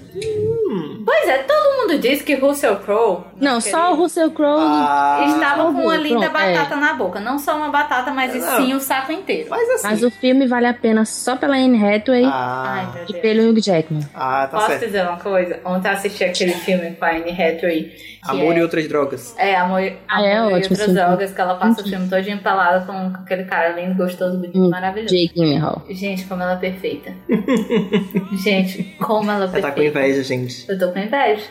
Speaker 1: Pois é, todo mundo diz que Russell Crowe.
Speaker 3: Não, só o
Speaker 1: querido,
Speaker 3: Russell Crowe. tá-
Speaker 2: Ah,
Speaker 1: Estava com uma
Speaker 3: pronto,
Speaker 1: linda
Speaker 3: é.
Speaker 1: batata na boca. Não só uma batata, mas e
Speaker 2: Não.
Speaker 1: sim o saco inteiro.
Speaker 2: Mas assim.
Speaker 3: Mas o tá. filme vale a pena só pela Anne Hathaway
Speaker 1: Ai,
Speaker 2: Ah,
Speaker 1: meu
Speaker 3: e
Speaker 1: Deus.
Speaker 3: pelo Hugh Jackman.
Speaker 2: ah, tá
Speaker 1: Posso
Speaker 2: certo.
Speaker 1: dizer uma coisa? Ontem eu assisti aquele filme com a Anne Hathaway. que
Speaker 2: Amor
Speaker 1: é...
Speaker 2: e Ah, outras drogas.
Speaker 1: É, Amor, Amor
Speaker 3: é
Speaker 1: e
Speaker 3: ótimo
Speaker 1: Outras
Speaker 3: esse filme.
Speaker 1: Drogas, que ela passa o filme todo empalada com com aquele cara lindo, gostoso, bonito,
Speaker 3: Hum,
Speaker 1: maravilhoso.
Speaker 3: Jake Gyllenhaal.
Speaker 1: Gente, como ela é perfeita. Gente, como ela é
Speaker 2: Você
Speaker 1: perfeita.
Speaker 2: tá com inveja, gente.
Speaker 1: Eu tô com inveja.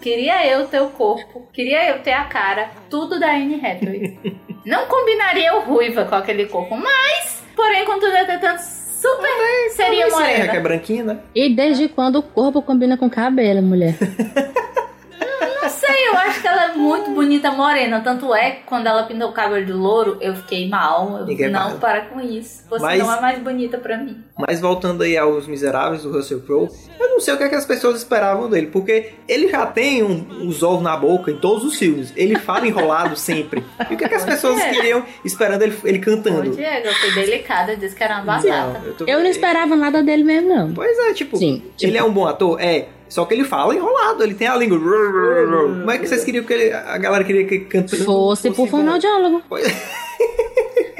Speaker 1: queria eu ter o corpo, queria eu ter a cara, tudo da Anne Hathaway. Não combinaria eu ruiva com aquele corpo, mas, porém, contudo, eu ter tanto super seria
Speaker 2: Você é que é
Speaker 1: morena.
Speaker 2: branquinha, né?
Speaker 3: E desde quando o corpo combina com o cabelo, mulher?
Speaker 1: Não sei, eu acho que ela é muito bonita morena, tanto é que quando ela pintou o cabelo de louro, eu fiquei mal. Eu
Speaker 2: Ninguém
Speaker 1: não
Speaker 2: fala.
Speaker 1: para com isso. Você
Speaker 2: Mas-
Speaker 1: não é mais bonita pra mim.
Speaker 2: Mas voltando aí aos Miseráveis, do Russell Crowe, eu não sei o que, é que as pessoas esperavam dele, porque ele já tem um, os ovos na boca em todos os filmes. Ele fala enrolado sempre. E o que, é que as pessoas
Speaker 1: é.
Speaker 2: queriam esperando ele, ele
Speaker 1: Ô,
Speaker 2: cantando?
Speaker 1: Diego, eu fui delicada, disse que era uma batata.
Speaker 2: eu, tô...
Speaker 3: Eu não esperava nada dele mesmo, não.
Speaker 2: Pois é, tipo,
Speaker 3: Sim, tipo-
Speaker 2: ele é um bom ator? É. Só que ele fala enrolado, ele tem a língua. Como é que vocês queriam que ele, a galera queria que ele cantasse?
Speaker 3: Fosse por fonoaudiólogo.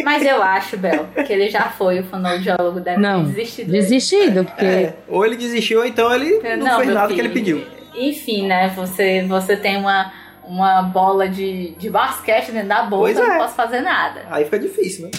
Speaker 1: Mas eu acho, Bel, que ele já foi o fonoaudiólogo, deve
Speaker 3: Não,
Speaker 1: desistir dele.
Speaker 3: desistido, porque...
Speaker 2: É, ou ele desistiu, ou então ele não, fez
Speaker 1: É, meu
Speaker 2: nada que ele
Speaker 1: filho.
Speaker 2: pediu.
Speaker 1: Enfim, né? Você, você tem uma, uma bola de, de basquete dentro da boca,
Speaker 2: Pois
Speaker 1: eu
Speaker 2: é.
Speaker 1: não posso fazer nada.
Speaker 2: Aí fica difícil, né?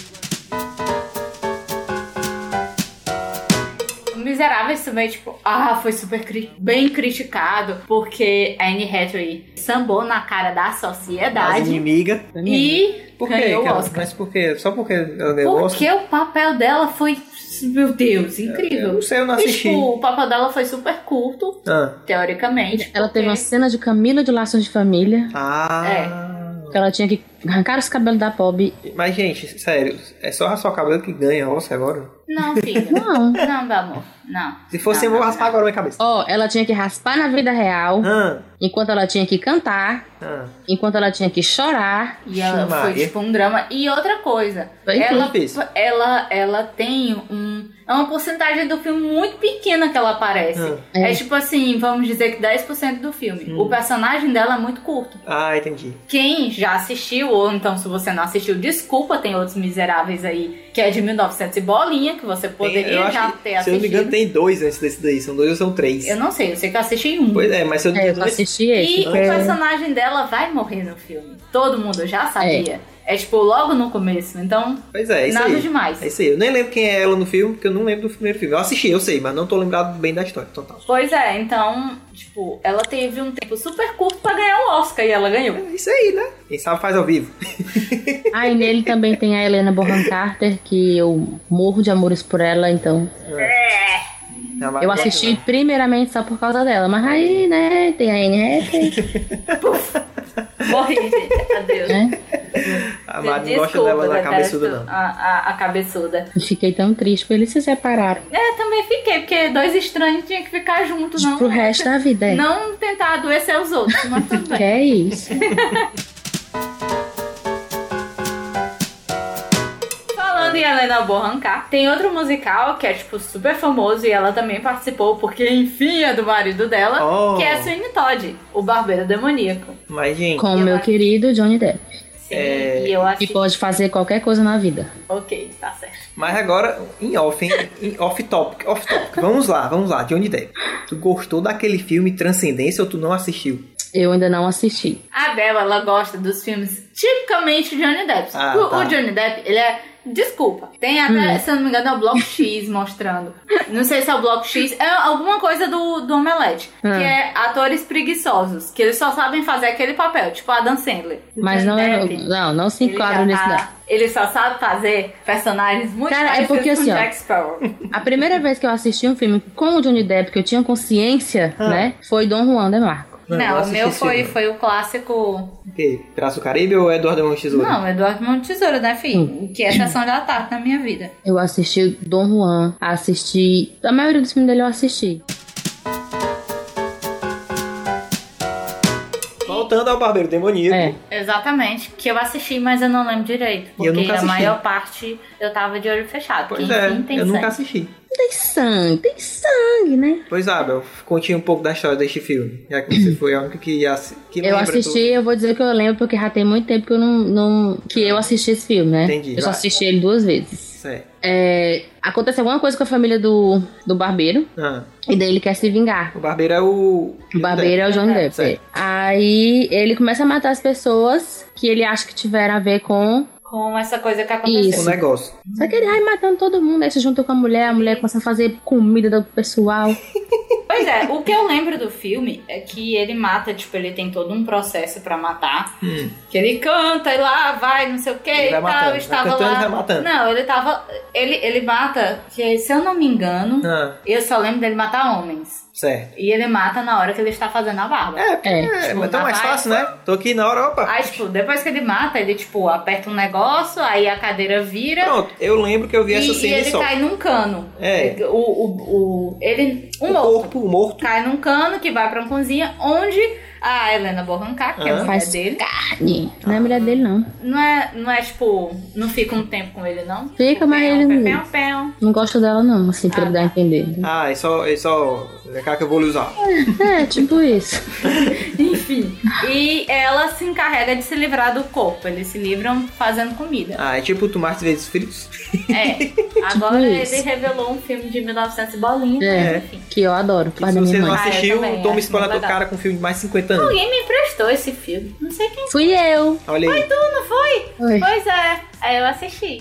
Speaker 1: O Miseráveis também, tipo, ah, foi super cri- bem criticado, porque a Anne Hathaway sambou na cara da
Speaker 2: As
Speaker 1: sociedade
Speaker 2: inimigas.
Speaker 1: e
Speaker 2: Por quê,
Speaker 1: Tá, ganhou o
Speaker 2: cara?
Speaker 1: Oscar.
Speaker 2: Mas por quê? Só porque é um ela ganhou o Oscar?
Speaker 1: Porque o papel dela foi, meu Deus,
Speaker 2: Eu
Speaker 1: incrível.
Speaker 2: não sei, eu não
Speaker 1: E,
Speaker 2: assisti.
Speaker 1: tipo, o papel dela foi super curto,
Speaker 2: Ah,
Speaker 1: teoricamente.
Speaker 3: Ela teve uma
Speaker 1: porque-
Speaker 3: cena de Camila de Laços de Família,
Speaker 2: Ah.
Speaker 3: que ela tinha que arrancar os cabelos da Bob.
Speaker 1: É.
Speaker 2: Mas, gente, sério, é só raspar o cabelo que ganha Oscar agora?
Speaker 1: Não, filho.
Speaker 3: Não.
Speaker 1: Não, meu amor. Não.
Speaker 2: Se fosse,
Speaker 1: Não,
Speaker 2: eu vou
Speaker 1: não,
Speaker 2: raspar agora minha cabeça.
Speaker 3: Ó, ela tinha que raspar na vida real,
Speaker 2: Ah,
Speaker 3: enquanto ela tinha que cantar,
Speaker 2: ah.
Speaker 3: enquanto ela tinha que chorar.
Speaker 1: E ela
Speaker 2: Ixi,
Speaker 1: foi
Speaker 2: Maria.
Speaker 1: tipo um drama. E outra coisa,
Speaker 3: Bem
Speaker 1: ela,
Speaker 2: difícil.
Speaker 1: ela, ela tem um. É uma porcentagem do filme muito pequena que ela aparece.
Speaker 2: Hum.
Speaker 1: É.
Speaker 3: É.
Speaker 1: tipo assim, vamos dizer que 10% do filme.
Speaker 2: Hum.
Speaker 1: O personagem dela é muito curto.
Speaker 2: Ah, entendi.
Speaker 1: Quem já assistiu assistiu, ou então se você não assistiu, desculpa, tem outros miseráveis aí, que é de 1900 e bolinha, que você poderia
Speaker 2: Tem- eu acho
Speaker 1: já
Speaker 2: que,
Speaker 1: ter
Speaker 2: Se eu não me
Speaker 1: assistido.
Speaker 2: engano, tem dois antes desse daí. São dois ou são três?
Speaker 1: Eu não sei, eu sei que eu assisti um.
Speaker 2: Pois é, mas se eu não me
Speaker 3: É, eu
Speaker 2: engano,
Speaker 3: só
Speaker 2: dois.
Speaker 3: assisti esse.
Speaker 1: E o
Speaker 3: porque-
Speaker 1: personagem dela vai morrer no filme. Todo mundo já sabia. É, tipo, logo no começo. Então,
Speaker 2: Pois é, é isso
Speaker 1: nada
Speaker 2: aí.
Speaker 1: demais.
Speaker 2: É isso aí. Eu nem lembro quem é ela no filme, porque eu não lembro do primeiro filme. Eu assisti, eu sei, mas não tô lembrado bem da história. Então tá.
Speaker 1: Pois é, então, tipo, ela teve um tempo super curto pra ganhar o Oscar e ela ganhou.
Speaker 2: É isso aí, né? Quem sabe faz ao vivo.
Speaker 3: Ah, e nele também tem a Helena Bonham Carter, que eu morro de amores por ela, então.
Speaker 2: Não, mas
Speaker 3: Eu
Speaker 2: gosto
Speaker 3: assisti
Speaker 2: não.
Speaker 3: primeiramente só por causa dela, mas aí, né, tem a Anne Hathaway,
Speaker 1: Morri, gente. Adeus.
Speaker 3: né?
Speaker 2: A Mari não
Speaker 1: Desculpa,
Speaker 2: gosta dela na
Speaker 1: detesto
Speaker 2: cabeçuda, não.
Speaker 1: A, a, a cabeçuda.
Speaker 3: Eu fiquei tão triste, porque eles se separaram
Speaker 1: É, também fiquei, porque dois estranhos tinham que ficar juntos, não.
Speaker 3: pro resto da vida. é.
Speaker 1: Não tentar adoecer os outros, mas tudo bem.
Speaker 3: Que é isso.
Speaker 1: Falando em Helena Bonham Carter, tem outro musical que é, tipo, super famoso e ela também participou, porque enfim é do marido dela,
Speaker 2: Oh.
Speaker 1: que é Sweeney Todd, o Barbeiro Demoníaco.
Speaker 2: Mas, gente,
Speaker 3: Com o meu querido Johnny Depp,
Speaker 1: Sim,
Speaker 2: É.
Speaker 1: e eu acho
Speaker 3: que pode fazer qualquer coisa na vida.
Speaker 1: Ok, tá certo.
Speaker 2: mas agora, em off, hein? Em off topic, off topic. Vamos lá, vamos lá, Johnny Depp. Tu gostou daquele filme Transcendência ou tu não assistiu?
Speaker 3: Eu ainda não assisti.
Speaker 1: A Bel, ela gosta dos filmes tipicamente Johnny Depp.
Speaker 2: Ah,
Speaker 1: o,
Speaker 2: tá.
Speaker 1: o Johnny Depp, ele é... Desculpa, tem
Speaker 3: Hum.
Speaker 1: até, se eu não me engano, é o Bloco X mostrando. Não sei se é o Bloco X, é alguma coisa do, do Omelete,
Speaker 3: Ah.
Speaker 1: que é atores preguiçosos, que eles só sabem fazer aquele papel, tipo Adam Sandler.
Speaker 3: Mas não,
Speaker 1: Johnny
Speaker 3: é,
Speaker 1: Depp.
Speaker 3: não, não se enquadra
Speaker 1: ele,
Speaker 3: nisso,
Speaker 1: já tá-
Speaker 3: não.
Speaker 1: ele só sabe fazer personagens muito
Speaker 3: Cara, é
Speaker 1: parecidos
Speaker 3: porque
Speaker 1: com
Speaker 3: assim, ó.
Speaker 1: Jack Sparrow.
Speaker 3: A primeira vez que eu assisti um filme com o Johnny Depp, que eu tinha consciência,
Speaker 1: Ah.
Speaker 3: né, foi Dom Juan de Marco.
Speaker 1: Não,
Speaker 2: eu
Speaker 1: o
Speaker 2: assisti
Speaker 1: meu
Speaker 2: esse
Speaker 1: foi,
Speaker 2: filme.
Speaker 1: foi o clássico.
Speaker 2: O quê? Piratas do Caribe ou Eduardo Mão de Tesoura?
Speaker 1: Não, Eduardo Mão de Tesoura, né, filho?
Speaker 3: Hum.
Speaker 1: Que é sessão da tarde na minha vida.
Speaker 3: Eu assisti Dom Juan, assisti. A maioria dos filmes dele eu assisti.
Speaker 2: Voltando ao Barbeiro Demoníaco.
Speaker 3: É.
Speaker 1: Exatamente. Que eu assisti, mas eu não lembro direito.
Speaker 2: E
Speaker 1: Porque
Speaker 2: eu nunca
Speaker 1: a
Speaker 2: assisti.
Speaker 1: maior parte eu tava de olho fechado.
Speaker 2: Pois
Speaker 1: porque,
Speaker 2: é,
Speaker 1: enfim, tem
Speaker 2: eu nunca
Speaker 1: sangue.
Speaker 2: assisti.
Speaker 3: Tem sangue, tem sangue, né?
Speaker 2: Pois é, Abel, conte um pouco da história deste filme, já que você foi a única que, assi- que
Speaker 3: Eu
Speaker 2: lembra
Speaker 3: assisti,
Speaker 2: tudo.
Speaker 3: eu vou dizer que eu lembro, porque já tem muito tempo que eu não. não- que eu assisti esse filme, né?
Speaker 2: Entendi,
Speaker 3: Eu só
Speaker 2: vai.
Speaker 3: assisti ele duas vezes.
Speaker 2: Certo.
Speaker 3: É, acontece alguma coisa com a família do, do barbeiro,
Speaker 2: Ah,
Speaker 3: e daí ele quer se vingar.
Speaker 2: o barbeiro é o...
Speaker 3: O barbeiro é o Johnny Depp.
Speaker 2: Certo.
Speaker 3: é. Aí ele começa a matar as pessoas que ele acha que tiveram a ver com.
Speaker 1: Com essa coisa que aconteceu.
Speaker 2: O
Speaker 3: Isso.
Speaker 2: negócio.
Speaker 3: Só que ele vai matando todo mundo, aí se junta com a mulher, a mulher começa a fazer comida do pessoal.
Speaker 1: Pois é, o que eu lembro do filme é que ele mata, tipo, ele tem todo um processo pra matar. Que ele canta e lá vai, não sei o que
Speaker 2: Hum. Ele
Speaker 1: e
Speaker 2: vai
Speaker 1: tal.
Speaker 2: matando, vai
Speaker 1: estava
Speaker 2: cantando e
Speaker 1: lá.
Speaker 2: vai matando.
Speaker 1: Não, ele tava. Ele, ele mata, que, se eu não me engano,
Speaker 2: Ah,
Speaker 1: eu só lembro dele matar homens.
Speaker 2: certo.
Speaker 1: E ele mata na hora que ele está fazendo a barba.
Speaker 2: É, porque
Speaker 3: É.
Speaker 2: é,
Speaker 1: Tipo,
Speaker 2: mas tão
Speaker 1: na
Speaker 2: mais
Speaker 1: raiva.
Speaker 2: fácil, né? Tô aqui na hora, opa.
Speaker 1: Aí, tipo, depois que ele mata, ele, tipo, aperta um negócio, aí a cadeira vira.
Speaker 2: Pronto, eu lembro que eu vi
Speaker 1: é- E,
Speaker 2: essa
Speaker 1: e
Speaker 2: cena é
Speaker 1: ele
Speaker 2: só.
Speaker 1: cai num cano.
Speaker 2: É.
Speaker 1: O, o, o, ele. Um
Speaker 2: o
Speaker 1: morto.
Speaker 2: corpo morto.
Speaker 1: cai num cano que vai pra uma cozinha onde a Helena Bonham Carter, que é a
Speaker 2: Aham.
Speaker 1: mulher
Speaker 3: Faz
Speaker 1: dele,
Speaker 3: Carne. Não é a mulher dele, não.
Speaker 1: não é, não é tipo, não fica um tempo com ele, não?
Speaker 3: Fica, mas
Speaker 1: Pé,
Speaker 3: ele
Speaker 1: pé,
Speaker 3: não-
Speaker 1: pé, pé.
Speaker 3: Não gosto dela, não, assim, pra ele dar a entender.
Speaker 2: Ah, é só... É só... É cara que eu vou lhe usar.
Speaker 3: É, tipo isso.
Speaker 1: Enfim. E ela se encarrega de se livrar do corpo. Eles se livram fazendo comida.
Speaker 2: Ah, é tipo tomates vezes fritos.
Speaker 1: É. Agora
Speaker 3: Tipo isso.
Speaker 1: ele revelou um filme de 1900 e bolinha.
Speaker 3: É.
Speaker 1: mas Enfim.
Speaker 3: Que eu adoro,
Speaker 2: E
Speaker 3: faz
Speaker 2: se
Speaker 3: da
Speaker 2: você
Speaker 3: minha
Speaker 2: não
Speaker 3: mãe.
Speaker 1: Ah, eu
Speaker 2: assistiu,
Speaker 1: também,
Speaker 2: toma
Speaker 1: acho
Speaker 2: spoiler na
Speaker 1: muito
Speaker 2: tua cara com um filme de mais 50 anos.
Speaker 1: Alguém me emprestou esse filme. Não sei quem.
Speaker 3: Fui eu!
Speaker 2: Olha aí.
Speaker 1: Tu não foi?
Speaker 3: Oi.
Speaker 1: Pois é. Aí eu assisti.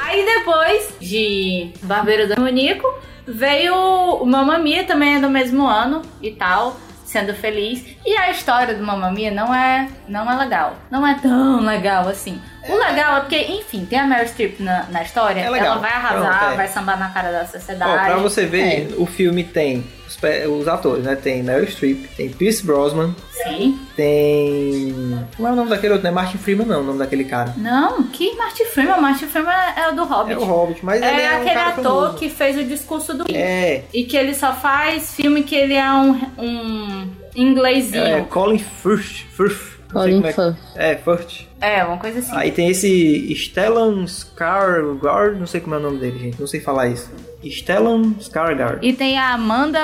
Speaker 1: Aí depois de Barbeiro Demoníaco, veio o Mamma Mia, também é do mesmo ano e tal, sendo feliz. E a história do Mamma Mia não é, não é legal. Não é tão legal assim. O legal é porque, enfim, tem a Meryl Streep na, na história,
Speaker 2: É legal.
Speaker 1: ela vai arrasar,
Speaker 2: Pronto, é.
Speaker 1: vai sambar na cara da
Speaker 2: Ó,
Speaker 1: sociedade.
Speaker 2: pra você ver,
Speaker 3: é.
Speaker 2: o filme tem os, pe- os atores, né? Tem Meryl Streep, tem Pierce Brosnan,
Speaker 1: Sim.
Speaker 2: tem... Como é o nome daquele outro? Não é Martin Freeman, não, o nome daquele cara.
Speaker 1: Não, que Martin Freeman? Martin Freeman é o do Hobbit.
Speaker 2: É o Hobbit, mas ele
Speaker 1: É,
Speaker 2: é um
Speaker 1: aquele
Speaker 2: cara
Speaker 1: ator
Speaker 2: famoso.
Speaker 1: que fez o discurso do
Speaker 2: É,
Speaker 1: E que ele só faz filme que ele é um, um, Em inglesinho.
Speaker 2: É, Colin Firth. Firth. não sei
Speaker 3: Colin
Speaker 2: como é que-
Speaker 3: Firth.
Speaker 2: É, Firth.
Speaker 1: É, uma coisa assim.
Speaker 2: Aí tem esse Stellan Skarsgård, não sei como é o nome dele, gente, não sei falar isso. Stellan Skarsgård,
Speaker 1: E tem a Amanda.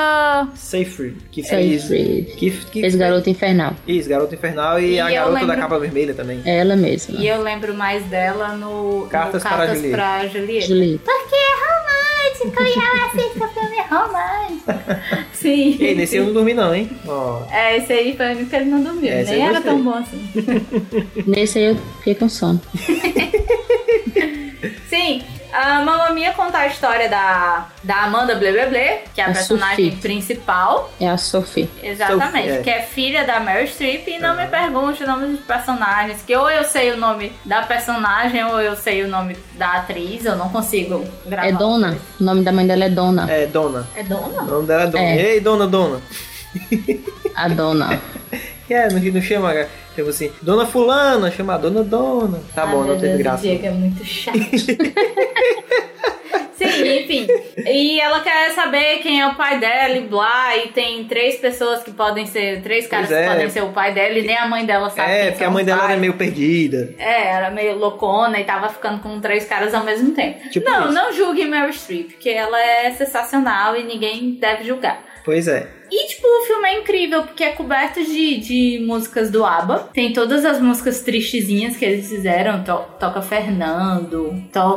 Speaker 2: Seyfried, que fez...
Speaker 3: Seyfried.
Speaker 2: Que, que
Speaker 3: Esse garoto infernal.
Speaker 2: Isso, Garota Infernal e,
Speaker 1: E
Speaker 2: a
Speaker 1: eu
Speaker 2: Garota da
Speaker 1: lembro-
Speaker 2: Capa Vermelha também.
Speaker 3: É ela mesma.
Speaker 1: E eu lembro mais dela no no
Speaker 2: Cartas para
Speaker 1: Cartas
Speaker 2: Julieta.
Speaker 1: pra Julieta.
Speaker 3: Julieta.
Speaker 1: Porque é romântico e assim, o filme é romântico. Sim.
Speaker 2: E aí, nesse eu não dormi não, hein? Ó,
Speaker 1: É, esse aí foi o único que ele não dormiu.
Speaker 2: É, Esse
Speaker 1: Nem
Speaker 2: eu
Speaker 1: era
Speaker 2: gostei.
Speaker 1: tão bom assim.
Speaker 3: Nesse aí eu fiquei com sono.
Speaker 1: Sim, a Mamma Mia conta a história da, da Amanda Blebeble, que é a,
Speaker 3: A
Speaker 1: personagem
Speaker 3: Sophie.
Speaker 1: principal.
Speaker 3: É a Sophie.
Speaker 1: Exatamente,
Speaker 2: Sophie, é.
Speaker 1: que é filha da Meryl Streep. E não me pergunte o nome dos personagens, que ou eu sei o nome da personagem ou eu sei o nome da atriz. Eu não consigo gravar.
Speaker 3: É Dona. O nome da mãe dela é Dona.
Speaker 2: é Dona.
Speaker 1: É
Speaker 2: O
Speaker 1: Dona?
Speaker 2: nome dela é Dona.
Speaker 3: É.
Speaker 2: Ei, Dona, Dona.
Speaker 3: A Dona.
Speaker 2: Que é, não, não chama, cara. tipo assim, Dona Fulana, chama a Dona Dona. Tá bom, não teve graça.
Speaker 1: Diego é muito chato. Sim, enfim. E ela quer saber quem é o pai dela e blá. E tem três pessoas que podem ser, três caras
Speaker 2: Pois é.
Speaker 1: que podem ser o pai dela. E nem a mãe dela sabe.
Speaker 2: É,
Speaker 1: quem
Speaker 2: porque
Speaker 1: são
Speaker 2: a mãe
Speaker 1: os
Speaker 2: dela
Speaker 1: pais.
Speaker 2: era meio perdida.
Speaker 1: É, era meio loucona e tava ficando com três caras ao mesmo tempo.
Speaker 2: Tipo
Speaker 1: não,
Speaker 2: isso.
Speaker 1: não julgue Meryl Streep, porque ela é sensacional e ninguém deve julgar.
Speaker 2: Pois é.
Speaker 1: E, tipo, o filme é incrível, porque é coberto de, de músicas do ABBA. Tem todas as músicas tristezinhas que eles fizeram. To- toca Fernando,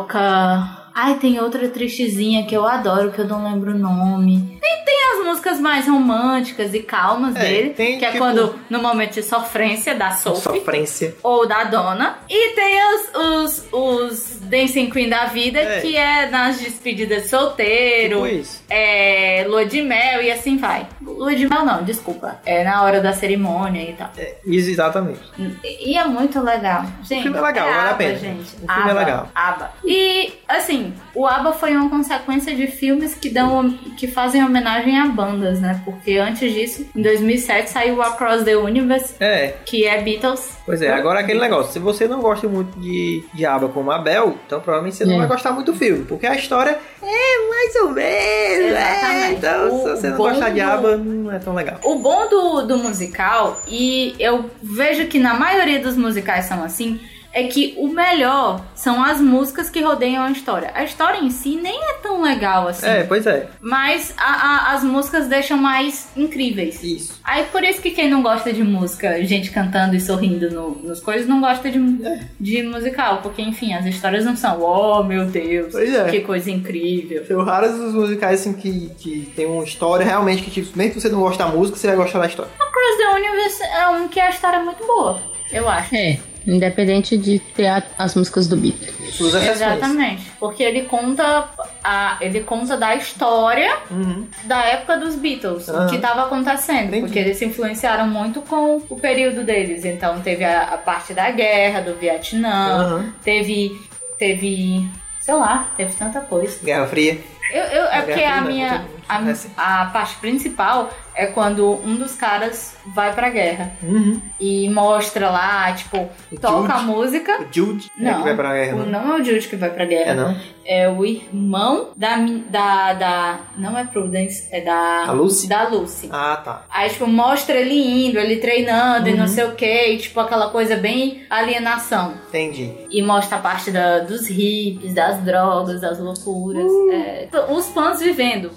Speaker 1: toca... Ai, tem outra tristezinha que eu adoro, que eu não lembro o nome. E tem as músicas mais românticas e calmas
Speaker 2: É,
Speaker 1: dele.
Speaker 2: tem,
Speaker 1: que é
Speaker 2: tipo,
Speaker 1: quando, no momento de sofrência, da Sophie
Speaker 2: Sofrência.
Speaker 1: ou da dona. E tem os, os, os Dancing Queen da vida,
Speaker 2: É.
Speaker 1: que é nas despedidas de solteiro,
Speaker 2: Tipo isso.
Speaker 1: é, lua de mel e assim vai. Lua de mel não, desculpa. É na hora da cerimônia e tal.
Speaker 2: É, isso, exatamente.
Speaker 1: E, e é muito legal. Gente,
Speaker 2: filme é legal, vale a
Speaker 1: ABBA,
Speaker 2: pena.
Speaker 1: Gente.
Speaker 2: O filme é legal.
Speaker 1: ABBA. E, assim, o ABBA foi uma consequência de filmes que dão que fazem homenagem a bandas, né? Porque antes disso, em 2007, saiu o Across the Universe,
Speaker 2: É,
Speaker 1: que é Beatles.
Speaker 2: pois é. Agora aquele negócio. Se você não gosta muito de, de aba como a Bel, então provavelmente você não
Speaker 3: É.
Speaker 2: vai gostar muito do filme. Porque a história é mais ou menos. É,
Speaker 1: Exatamente.
Speaker 2: então,
Speaker 1: O
Speaker 2: se você não
Speaker 1: bom
Speaker 2: gostar de
Speaker 1: do-
Speaker 2: aba, não é tão legal.
Speaker 1: O bom do, do musical, e eu vejo que na maioria dos musicais são assim, é que o melhor são as músicas que rodeiam a história. A história em si nem é tão legal assim,
Speaker 2: É, pois é.
Speaker 1: mas a- a- as músicas deixam mais incríveis.
Speaker 2: Isso.
Speaker 1: Aí por isso que quem não gosta de música, gente cantando e sorrindo no- nos coisas, não gosta de,
Speaker 2: É.
Speaker 1: de musical, porque enfim, as histórias não são, oh meu Deus,
Speaker 2: Pois é.
Speaker 1: que coisa incrível.
Speaker 2: São raros os musicais assim, que, que tem uma história realmente que, tipo, mesmo que você não gosta da música, você vai gostar da história.
Speaker 1: Cross the Universe é um que a história é muito boa, eu acho.
Speaker 3: É. Independente de ter a- as músicas do Beat.
Speaker 2: Suas exceções.
Speaker 1: Exatamente. Porque ele conta a, ele conta da história
Speaker 2: Uhum.
Speaker 1: da época dos Beatles,
Speaker 2: Aham.
Speaker 1: o que estava acontecendo.
Speaker 2: Ah, Entendi.
Speaker 1: Porque eles se influenciaram muito com o período deles. Então teve a, a parte da guerra, do Vietnã,
Speaker 2: Aham.
Speaker 1: teve. teve. sei lá, teve tanta coisa.
Speaker 2: Guerra Fria.
Speaker 1: Eu, eu- é
Speaker 2: A
Speaker 1: porque
Speaker 2: guerra
Speaker 1: a
Speaker 2: fria,
Speaker 1: minha.
Speaker 2: não, não tem- né?
Speaker 1: A, a parte principal é quando um dos caras vai pra guerra
Speaker 2: Uhum.
Speaker 1: e mostra lá, tipo,
Speaker 2: O
Speaker 1: toca a
Speaker 2: Jude.
Speaker 1: música.
Speaker 2: O Jude é
Speaker 1: Não.
Speaker 2: que vai pra guerra.
Speaker 1: O-
Speaker 2: né?
Speaker 1: Não é o Jude que vai pra guerra.
Speaker 2: É, não?
Speaker 1: é o irmão da, mi- da, da. Não é Prudence, é da.
Speaker 2: A Lucy?
Speaker 1: Da Lucy.
Speaker 2: Ah, tá.
Speaker 1: Aí, tipo, mostra ele indo, ele treinando e
Speaker 2: Uhum.
Speaker 1: não sei o que, e, tipo, aquela coisa bem alienação.
Speaker 2: Entendi.
Speaker 1: E mostra a parte da, dos hippies, das drogas, das loucuras. é, t- os fãs vivendo.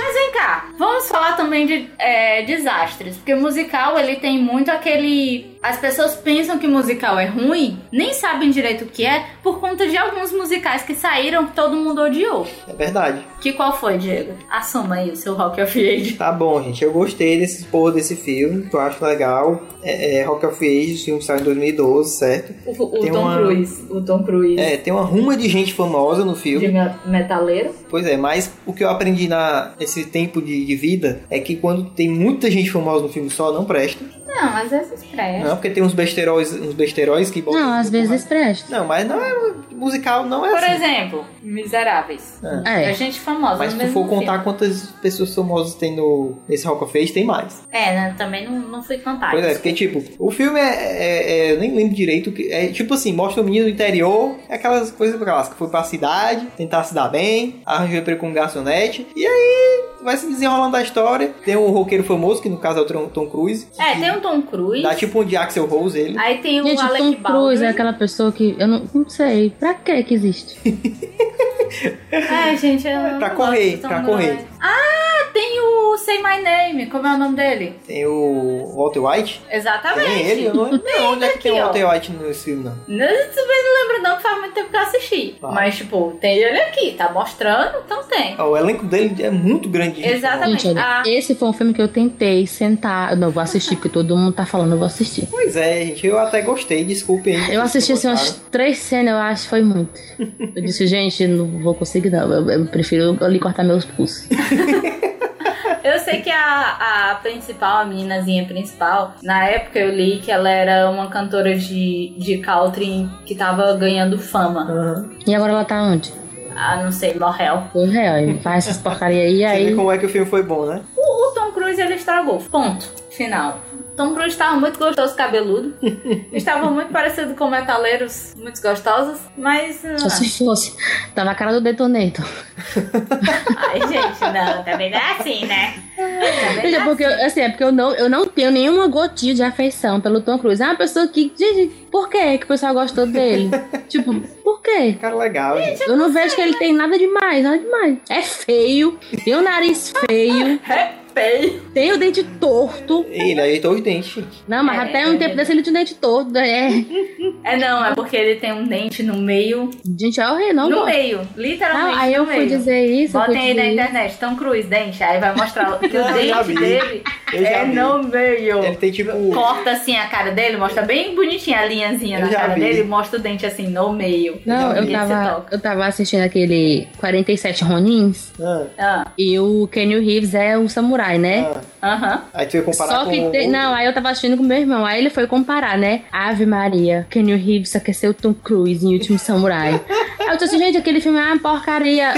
Speaker 1: Mas vem cá, vamos falar também de é, desastres. Porque musical, ele tem muito aquele... As pessoas pensam que musical é ruim, nem sabem direito o que é, por conta de alguns musicais que saíram que todo mundo odiou.
Speaker 2: É verdade.
Speaker 1: Que qual foi, Diego? Assuma aí o seu Rock of Age.
Speaker 2: Tá bom, gente. Eu gostei desse porra desse filme, que eu acho legal. É, é Rock of Ages, o filme saiu em 2012, certo?
Speaker 1: O, o
Speaker 2: Tem
Speaker 1: Tom
Speaker 2: uma-
Speaker 1: Cruise. O Tom Cruise.
Speaker 2: É, tem uma ruma de gente famosa no filme.
Speaker 1: De me- metaleiro.
Speaker 2: Pois é, mas o que eu aprendi na, nesse tempo de, de vida é que quando tem muita gente famosa no filme só, não presta.
Speaker 1: Não, é às vezes presta.
Speaker 2: Não, porque tem uns besteróis, uns besteróis que botam. assim
Speaker 3: Não, às vezes presta.
Speaker 2: Não, mas não é. Musical não é
Speaker 1: Por
Speaker 2: assim.
Speaker 1: exemplo, Miseráveis. É
Speaker 3: É.
Speaker 1: gente famosa.
Speaker 2: Mas
Speaker 1: no
Speaker 2: se tu
Speaker 1: mesmo
Speaker 2: for contar
Speaker 1: filme.
Speaker 2: quantas pessoas famosas tem no, nesse Rock of Ages, tem mais.
Speaker 1: É, né, também não, não fui contar.
Speaker 2: pois é,
Speaker 1: isso.
Speaker 2: porque tipo, o filme é, é- é- Eu nem lembro direito. o que- É tipo assim, mostra o menino do interior, é aquelas coisas clássicas. Foi pra cidade, tentar se dar bem, arranjou emprego com um garçonete. E aí vai se desenrolando a história. Tem um roqueiro famoso, que no caso é o Tom, Tom Cruise.
Speaker 1: É,
Speaker 2: que
Speaker 1: tem Ah. o Tom Cruise.
Speaker 2: Dá tipo um de Axel Rose ele.
Speaker 1: Aí tem o
Speaker 3: Gente, o
Speaker 1: Alec
Speaker 3: Tom Cruise
Speaker 1: Baldwin.
Speaker 3: é aquela pessoa que eu não, não sei. Pra que que existe?
Speaker 1: É, gente, eu não
Speaker 2: Pra
Speaker 1: gosto
Speaker 2: correr,
Speaker 1: do Tom
Speaker 2: pra correr.
Speaker 1: Cruise. Ah, tem o Say My Name. Como é o nome dele?
Speaker 2: Tem o Walter White.
Speaker 1: Exatamente.
Speaker 2: Tem ele, eu não lembro onde é que tem o
Speaker 1: Tá aqui, ó.
Speaker 2: Walter White nesse filme, não.
Speaker 1: Não, eu também não lembro não, que faz muito tempo que eu assisti.
Speaker 2: Tá.
Speaker 1: Mas, tipo, tem ele aqui. Tá mostrando, então tem.
Speaker 2: Ó, O elenco dele é muito grande. gente.
Speaker 1: Exatamente.
Speaker 3: Gente, olha,
Speaker 1: Ah.
Speaker 3: esse foi um filme que eu tentei sentar. Eu não vou assistir, porque todo mundo tá falando, eu vou assistir.
Speaker 2: Pois é, gente, eu até gostei, desculpem. aí,
Speaker 3: Eu assisti
Speaker 2: vocês
Speaker 3: assim
Speaker 2: não
Speaker 3: umas três cenas, eu acho, foi muito. Eu disse, gente, não vou conseguir, não. Eu, eu prefiro ali cortar meus pulsos.
Speaker 1: Eu sei que a, a principal, a meninazinha principal, na época eu li que ela era uma cantora de, de country que tava ganhando fama.
Speaker 2: gostaram. Aham.
Speaker 3: E agora ela tá onde?
Speaker 1: Ah, não sei, morreu.
Speaker 3: Foi real, faz essas porcaria aí,
Speaker 2: Você vê
Speaker 3: aí.
Speaker 2: como é que o filme foi bom, né?
Speaker 1: O, o Tom Cruise, ele estragou. Ponto. Final. Tom Cruise estava muito gostoso, cabeludo. Estava muito parecido com metaleiros, muito gostosos. Mas...
Speaker 3: Só
Speaker 1: ah,
Speaker 3: se fosse. Tá na cara do detonator.
Speaker 1: Ai, gente, não. Também não é assim, né? Também
Speaker 3: Gente, é
Speaker 1: não é
Speaker 3: porque, eu- assim, é porque eu não, eu não tenho nenhuma gotinha de afeição pelo Tom Cruise. É uma pessoa que, gente, por que que o pessoal gostou dele? tipo, por quê?
Speaker 2: Cara legal, gente.
Speaker 3: Eu não vejo que ele tem nada demais, nada demais. É feio, tem o nariz feio, é
Speaker 1: feio.
Speaker 3: tem o dente torto.
Speaker 2: Ele ajeitou os dentes, gente.
Speaker 3: Não, mas
Speaker 1: É,
Speaker 3: até um
Speaker 1: é
Speaker 3: tempo
Speaker 1: verdade.
Speaker 3: desse ele tinha o dente torto. É.
Speaker 1: É não, é porque ele tem um dente no meio.
Speaker 3: Gente, é horrível, não.
Speaker 1: no
Speaker 3: gosto.
Speaker 1: meio. Literalmente
Speaker 3: Não, aí
Speaker 1: no
Speaker 3: eu
Speaker 1: meio.
Speaker 3: fui dizer isso. eu fui
Speaker 1: Botem é. aí na
Speaker 3: dizer isso.
Speaker 1: internet, Tom Cruise, dente. Aí vai mostrar que o
Speaker 2: Eu já
Speaker 1: dente
Speaker 2: vi.
Speaker 1: dele
Speaker 2: Eu já
Speaker 1: é
Speaker 2: vi.
Speaker 1: no meio.
Speaker 2: Ele tem tipo.
Speaker 1: Corta assim a cara dele, mostra bem bonitinha a linhazinha
Speaker 2: Eu
Speaker 1: na
Speaker 2: já
Speaker 1: cara
Speaker 2: vi.
Speaker 1: dele e mostra o dente assim no meio.
Speaker 3: Não, eu
Speaker 1: Esse
Speaker 3: tava,
Speaker 1: toque.
Speaker 3: eu tava assistindo aquele 47 Ronins
Speaker 2: Ah,
Speaker 1: Ah,
Speaker 3: e o Kenny Reeves é um samurai, né?
Speaker 2: ah.
Speaker 1: Aham.
Speaker 2: Aí tu ia comparar
Speaker 3: Só
Speaker 2: com.
Speaker 3: que tem.
Speaker 2: o-
Speaker 3: Não, aí eu tava assistindo com meu irmão. Aí ele foi comparar, né? Ave Maria, Kenny Reeves aqueceu Tom Cruise em Último Samurai. aí eu disse assim, gente, aquele filme é uma porcaria.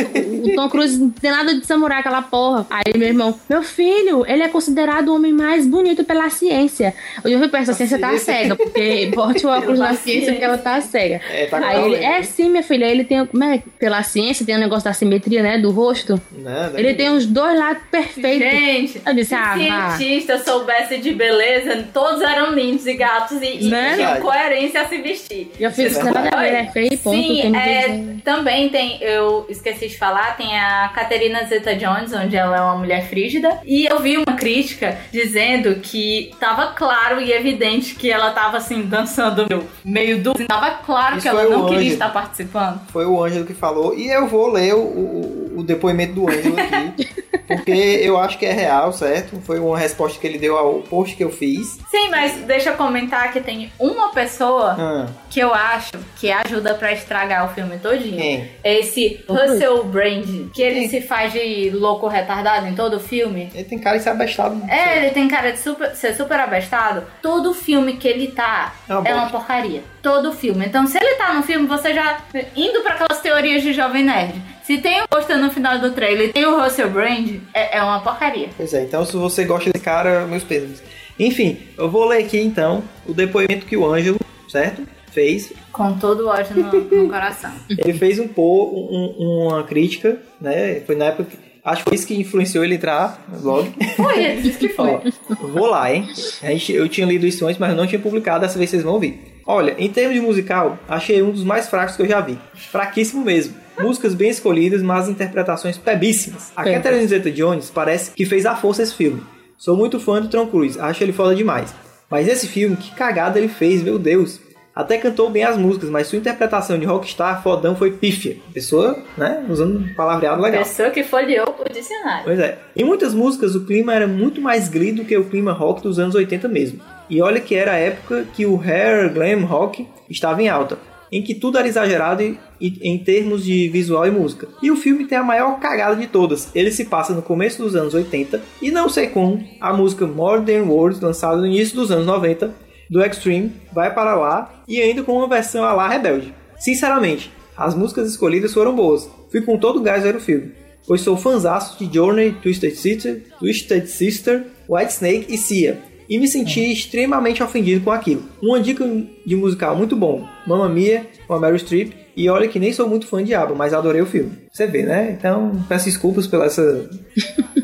Speaker 3: O o Tom Cruise não tem nada de samurai, aquela porra. Aí meu irmão, meu filho, ele é considerado o homem mais bonito pela ciência. Hoje eu vi essa ciência tá
Speaker 2: ciência.
Speaker 3: cega, porque bote o óculos na ciência que ela tá cega.
Speaker 2: É, tá com
Speaker 3: Aí ele,
Speaker 2: problema.
Speaker 3: é sim, minha filha, ele tem, como é, pela ciência, tem um negócio da simetria, né, do rosto.
Speaker 2: Não, não.
Speaker 3: Ele tem os dois lados perfeitos.
Speaker 1: Gente,
Speaker 3: Eu disse,
Speaker 1: se
Speaker 3: ah, vá.
Speaker 1: cientista soubesse de beleza, todos eram lindos e gatos e, e
Speaker 3: Né?
Speaker 1: tinham coerência a se vestir.
Speaker 3: E eu fiz,
Speaker 2: Isso é
Speaker 3: nada a ver,
Speaker 1: Olha,
Speaker 3: é feio, ponto.
Speaker 1: Sim,
Speaker 3: Kenny
Speaker 1: é,
Speaker 3: Reeves é-
Speaker 1: também tem, eu esqueci de falar, tem a Caterina Zeta-Jones, onde ela é uma mulher frígida. E eu vi uma crítica dizendo que tava claro e evidente que ela tava assim, dançando meio duro. Assim, Tava claro
Speaker 2: Isso
Speaker 1: que ela
Speaker 2: é o
Speaker 1: não queria
Speaker 2: Ângelo.
Speaker 1: estar participando.
Speaker 2: Foi o Ângelo que falou. E eu vou ler o, o- o depoimento do Ângelo aqui. porque eu acho que é real, certo? Foi uma resposta que ele deu ao post que eu fiz.
Speaker 1: Sim, mas deixa eu comentar que tem uma pessoa
Speaker 2: Ah,
Speaker 1: que eu acho que ajuda pra estragar o filme todinho.
Speaker 2: quem?
Speaker 1: É esse
Speaker 3: Tom Cruise.
Speaker 1: Russell Brand, que ele
Speaker 2: Sim.
Speaker 1: se faz de louco retardado em todo o filme.
Speaker 2: Ele tem cara de ser né? abestado.
Speaker 1: É, ele tem cara de super- ser super abestado. Todo filme que ele tá
Speaker 2: É uma
Speaker 1: é uma
Speaker 2: bosta.
Speaker 1: porcaria. Todo filme. Então, se ele tá no filme, você já. Indo pra aquelas teorias de Jovem Nerd. Se tem o poster no final do trailer e tem o Russell Brand, é, é uma porcaria.
Speaker 2: Pois é, então se você gosta desse cara, meus pêsames. Enfim, eu vou ler aqui então o depoimento que o Ângelo, certo? Fez
Speaker 1: Com todo o ódio no, no coração.
Speaker 2: Ele fez um pô, um- um- uma crítica, né? Foi na época. que- Acho que foi isso que influenciou ele entrar né, no blog.
Speaker 1: Foi, ele disse que foi.
Speaker 2: Ó, vou lá, hein? A gente- eu tinha lido isso antes, mas eu não tinha publicado. Dessa vez vocês vão ouvir. Olha, em termos de musical, achei um dos mais fracos que eu já vi. Fraquíssimo mesmo. Músicas bem escolhidas, mas interpretações pebíssimas. A
Speaker 3: Pebas.
Speaker 2: Catherine Zeta-Jones parece que fez à força esse filme. Sou muito fã do Tom Cruise, acho ele foda demais. Mas esse filme, que cagada ele fez, meu Deus. Até cantou bem as músicas, mas sua interpretação de rockstar fodão foi pífia. Pessoa, né? Usando um palavreado legal.
Speaker 1: Pessoa que folheou o dicionário.
Speaker 2: Pois é. Em muitas músicas, o clima era muito mais glee do que o clima rock dos anos 80 mesmo. E olha que era a época que o hair glam rock estava em alta, em que tudo era exagerado e- e- em termos de visual e música. E o filme tem a maior cagada de todas. Ele se passa no começo dos anos 80 e não sei como a música Modern World, lançada no início dos anos 90 do Extreme, vai para lá e ainda com uma versão a lá rebelde. Sinceramente, as músicas escolhidas foram boas. Fui com todo o gás ver o filme pois sou fãzaço de Journey, Twisted Sister, Twisted Sister, Whitesnake e Sia, e me senti
Speaker 1: Hum.
Speaker 2: extremamente ofendido com aquilo. Uma dica de musical muito bom, Mamma Mia, com a Meryl Streep, e olha que nem sou muito fã de ABBA, mas adorei o filme. Você vê, né? Então, peço desculpas pela essa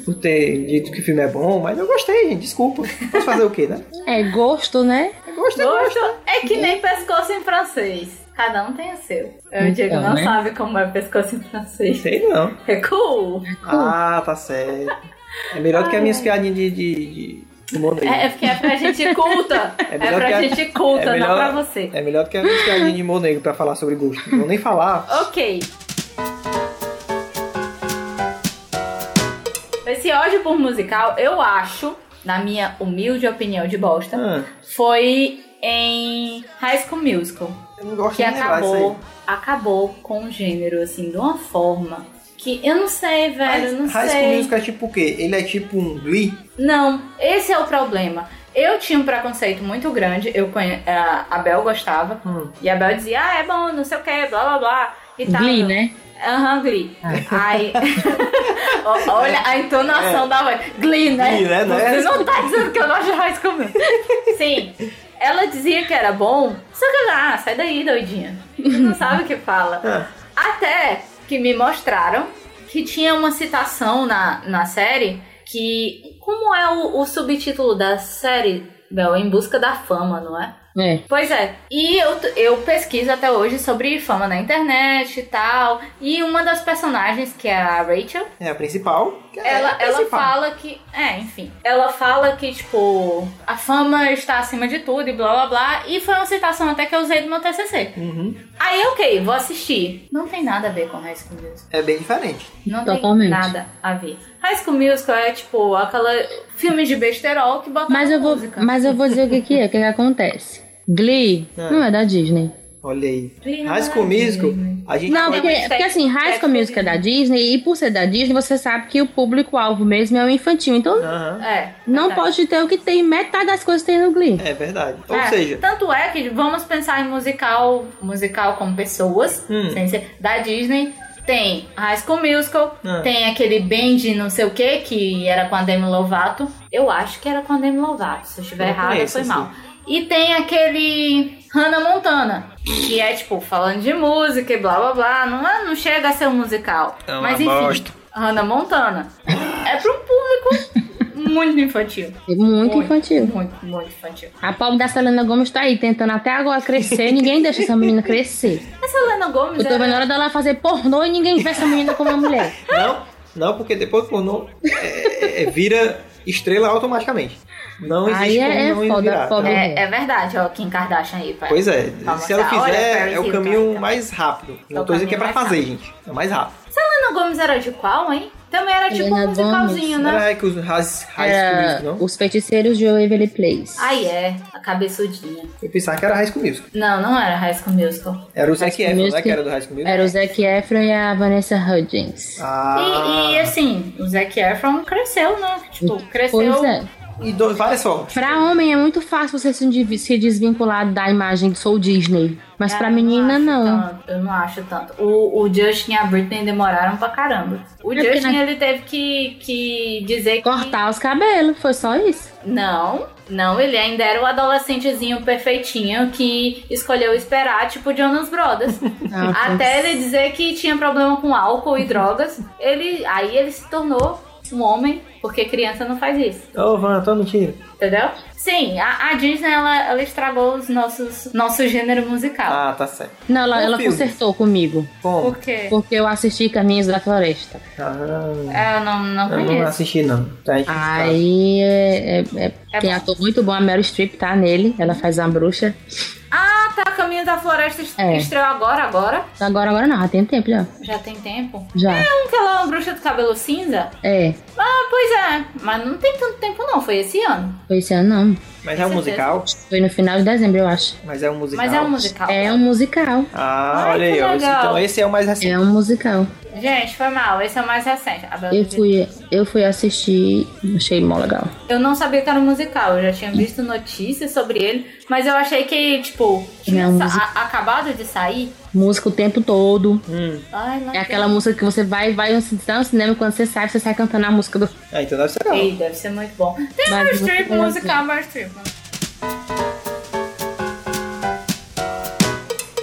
Speaker 2: por ter dito que o filme é bom, mas eu gostei, gente. Desculpa. Posso fazer o quê, né?
Speaker 3: É gosto, né?
Speaker 2: Eu gosto, eu
Speaker 1: Gosto
Speaker 2: gosto.
Speaker 1: é que nem pescoço em francês. Cada um tem o seu. Eu
Speaker 3: Então,
Speaker 1: digo, não
Speaker 3: né?
Speaker 1: sabe como é pescoço em francês.
Speaker 2: Sei não.
Speaker 1: É cool.
Speaker 2: Ah, tá certo. É melhor do que as minhas piadinhas de. de, de... humor negro.
Speaker 1: É, é porque é pra gente culta. É,
Speaker 2: melhor
Speaker 1: pra
Speaker 2: que a-
Speaker 1: gente culta,
Speaker 2: é
Speaker 1: não
Speaker 2: melhor-
Speaker 1: pra você.
Speaker 2: É melhor do que as minhas piadinhas de humor negro pra falar sobre gosto. Não vou nem falar.
Speaker 1: Ok. Esse ódio por musical, eu acho, na minha humilde opinião de bosta,
Speaker 2: Ah,
Speaker 1: foi em High School Musical.
Speaker 2: Ah, eu não gosto
Speaker 1: que
Speaker 2: nem de lembrar isso
Speaker 1: acabou,
Speaker 2: aí.
Speaker 1: acabou com o gênero, assim, de uma forma que eu não sei, velho, eu não
Speaker 2: High
Speaker 1: sei.
Speaker 2: School Musical é tipo o quê? Ele é tipo um Glee?
Speaker 1: Não, esse é o problema. Eu tinha um preconceito muito grande, eu conhe... a a Bel gostava,
Speaker 2: Hum.
Speaker 1: e a Bel dizia, ah, é bom, não sei o que, blá blá blá. E tal.
Speaker 3: Glee, né?
Speaker 1: Aham, Glee.
Speaker 2: É.
Speaker 1: Aí. O- Olha a entonação da voz. Glee, né?
Speaker 2: Glee, né? Não é?
Speaker 1: Você não tá dizendo que eu não acho High School Musical. Sim. Ela dizia que era bom, só que eu, ah, sai daí, doidinha. Você não sabe o que fala.
Speaker 2: Ah.
Speaker 1: Até que me mostraram que tinha uma citação na, na série que. Como é o, o subtítulo da série, Bel? Em busca da fama, não é?
Speaker 3: É.
Speaker 1: Pois é, e eu, eu pesquiso até hoje sobre fama na internet e tal. E uma das personagens, que é a Rachel,
Speaker 2: É a principal. que é
Speaker 1: ela,
Speaker 2: a
Speaker 1: ela
Speaker 2: principal.
Speaker 1: fala que. É, enfim. Ela fala que, tipo, a fama está acima de tudo e blá blá blá. E foi uma citação até que eu usei do meu TCC.
Speaker 2: Uhum.
Speaker 1: Aí, ok, vou assistir. Não tem nada a ver com High School Musical.
Speaker 2: É bem diferente.
Speaker 1: Não tem
Speaker 3: Totalmente.
Speaker 1: nada a ver. High School Musical é, tipo, aquela. filme de besterol que bota
Speaker 3: Mas eu vou,
Speaker 1: música.
Speaker 3: mas eu vou dizer o que, que é, o que, que acontece. Glee
Speaker 2: Ah.
Speaker 3: não é da Disney.
Speaker 2: Olha aí.
Speaker 1: Glee não
Speaker 2: High School
Speaker 1: é da
Speaker 2: Musical,
Speaker 1: Disney.
Speaker 2: a gente
Speaker 3: Não,
Speaker 1: é
Speaker 2: pode...
Speaker 3: porque, porque assim, High School Music é da Disney, e por ser da Disney, você sabe que o público-alvo mesmo é o infantil. Então,
Speaker 2: Aham.
Speaker 1: É.
Speaker 3: não
Speaker 1: verdade.
Speaker 3: pode ter o que tem, metade das coisas tem no Glee.
Speaker 2: É verdade. Ou
Speaker 1: É,
Speaker 2: seja,
Speaker 1: tanto é que vamos pensar em musical, musical com pessoas,
Speaker 2: Hum.
Speaker 1: sem ser- da Disney. Tem High School Musical,
Speaker 2: Ah.
Speaker 1: tem aquele band não sei o que, que era com a Demi Lovato. Eu acho que era com a Demi Lovato, se eu estiver
Speaker 2: Eu
Speaker 1: errada
Speaker 2: conheço
Speaker 1: foi
Speaker 2: esse.
Speaker 1: mal. E tem aquele Hannah Montana, que é tipo falando de música e blá blá blá, não, é- não chega a ser um musical.
Speaker 2: É uma
Speaker 1: Mas enfim,
Speaker 2: bosta.
Speaker 1: Hannah Montana. É para um público muito infantil.
Speaker 3: É Muito infantil.
Speaker 1: Muito, muito infantil.
Speaker 3: A pobre da Selena Gomes tá aí, tentando até agora crescer, ninguém deixa essa menina crescer.
Speaker 1: Essa Helena Gomes
Speaker 3: Eu tô
Speaker 1: era-
Speaker 3: vendo a hora dela fazer pornô e ninguém vê essa menina como uma mulher.
Speaker 2: não, não, porque depois do pornô é, é- é- vira estrela automaticamente. Não existe
Speaker 3: Aí é- é
Speaker 2: como não
Speaker 3: foda,
Speaker 2: virar.
Speaker 3: foda.
Speaker 2: tá?
Speaker 1: É, é verdade, ó, Kim Kardashian aí, pai.
Speaker 2: Pois é,
Speaker 1: Vamos
Speaker 2: se ela
Speaker 1: lá, olha,
Speaker 2: fizer, é
Speaker 1: Paris
Speaker 2: o caminho
Speaker 1: Hilton.
Speaker 2: mais rápido.
Speaker 1: É o
Speaker 2: Não tô dizendo que é pra
Speaker 1: caminho mais
Speaker 2: fazer, gente. É mais rápido.
Speaker 1: Helena Gomes era de qual, hein? Também era tipo um
Speaker 3: Helena
Speaker 1: musicalzinho,
Speaker 2: Não
Speaker 1: né?
Speaker 2: é que os High High School
Speaker 3: Era
Speaker 2: Musical, não?
Speaker 3: É, Os Feiticeiros de Waverly Place.
Speaker 1: Aí é, a cabeçudinha.
Speaker 2: Eu pensava que era High School Musical.
Speaker 1: Não, não era High School Musical.
Speaker 2: Era o Zac
Speaker 3: School
Speaker 2: Efron, né?
Speaker 3: Musical.
Speaker 2: Que era do High School Musical.
Speaker 3: Era o Zac Efron e a Vanessa Hudgens.
Speaker 2: Ah,
Speaker 1: E, e, assim, o Zac Efron cresceu, né? Tipo, cresceu.
Speaker 3: Pois é.
Speaker 2: e do- várias formas.
Speaker 3: Pra homem é muito fácil você se div- se desvincular da imagem de sou Disney. Mas
Speaker 1: Ah,
Speaker 3: pra menina,
Speaker 1: acho
Speaker 3: não.
Speaker 1: tanto, eu não acho tanto. O, o Justin e a Britney demoraram pra caramba. O
Speaker 3: É porque
Speaker 1: Justin,
Speaker 3: na-
Speaker 1: ele teve que, que dizer que...
Speaker 3: Cortar os cabelos, foi só isso.
Speaker 1: Não, não, ele ainda era o adolescentezinho perfeitinho que escolheu esperar, tipo Jonas Brothers.
Speaker 3: Ah,
Speaker 1: Até ele dizer que tinha problema com álcool e drogas, ele aí ele se tornou um homem, porque criança não faz isso,
Speaker 2: Ô, Van, tô mentira.
Speaker 1: entendeu? Sim, a, a Disney ela, ela estragou os nossos nosso gênero musical.
Speaker 2: Ah, tá certo.
Speaker 3: Não, ela,
Speaker 2: Um
Speaker 3: ela
Speaker 2: filme.
Speaker 3: consertou comigo.
Speaker 2: Como?
Speaker 1: Por quê?
Speaker 3: Porque eu assisti Caminhos da Floresta.
Speaker 2: Ah,
Speaker 1: É, Eu não, não
Speaker 2: eu não
Speaker 1: conheço.
Speaker 2: assisti, não. Tá, a gente sabe.
Speaker 3: Aí é, é- é-
Speaker 1: É
Speaker 3: tem
Speaker 1: bom.
Speaker 3: ator muito bom, a Meryl Streep tá nele. Ela faz a bruxa.
Speaker 1: Ah, tá, Caminho da Floresta est-
Speaker 3: É.
Speaker 1: estreou agora, agora.
Speaker 3: Agora, agora não, já tem tempo já.
Speaker 1: Já tem tempo.
Speaker 3: Já.
Speaker 1: Não que ela é uma bruxa do cabelo cinza?
Speaker 3: É.
Speaker 1: Ah, pois é. Mas não tem tanto tempo não, foi esse ano.
Speaker 3: Foi esse ano, não.
Speaker 2: Mas é um
Speaker 1: Com certeza.
Speaker 2: musical?
Speaker 3: Foi no final de dezembro, eu acho.
Speaker 2: Mas é um musical.
Speaker 1: Mas é um musical.
Speaker 3: É um musical.
Speaker 2: Ah,
Speaker 1: Ai,
Speaker 2: olha aí,
Speaker 1: que
Speaker 2: ó. Esse-
Speaker 1: legal.
Speaker 2: então esse é o mais recente.
Speaker 3: É um musical.
Speaker 1: Gente, foi mal. Esse é o mais recente. A Bela
Speaker 3: Eu
Speaker 1: Fera.
Speaker 3: fui, eu fui assistir, achei mó legal.
Speaker 1: Eu não sabia que era um musical, eu já tinha visto notícias sobre ele, mas eu achei que, tipo, tinha
Speaker 3: Não,
Speaker 1: sa-
Speaker 3: music-
Speaker 1: a- acabado de sair.
Speaker 3: Música o tempo todo.
Speaker 2: Hum.
Speaker 1: Ai, não
Speaker 3: É aquela música que você vai, vai no cinema, no cinema né? quando você sai, você sai cantando a música do.
Speaker 2: Ah, então deve ser legal.
Speaker 1: Ei, deve ser muito bom. Tem
Speaker 3: Mas
Speaker 1: Meryl
Speaker 3: você
Speaker 1: Streep,
Speaker 3: conhece.
Speaker 1: musical Meryl Streep.
Speaker 3: né?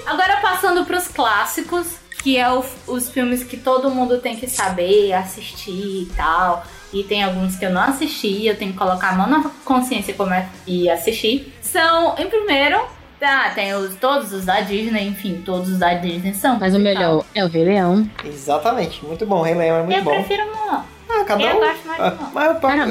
Speaker 1: Agora passando pros clássicos, que é o- os filmes que todo mundo tem que saber, assistir e tal. e tem alguns que eu não assisti, eu tenho que colocar a mão na consciência como é, e assistir, são, em primeiro, tá, tem os, todos os da Disney, enfim, todos os da Disney são.
Speaker 3: Mas o melhor é o Rei Leão.
Speaker 2: Exatamente, muito bom. Rei Leão é muito
Speaker 1: eu
Speaker 2: bom.
Speaker 1: prefiro Mulan.
Speaker 2: Ah, cada
Speaker 1: eu
Speaker 2: um.
Speaker 1: gosto mais de
Speaker 2: Ah,
Speaker 1: Mulan.
Speaker 2: mas o papo-
Speaker 3: Cara,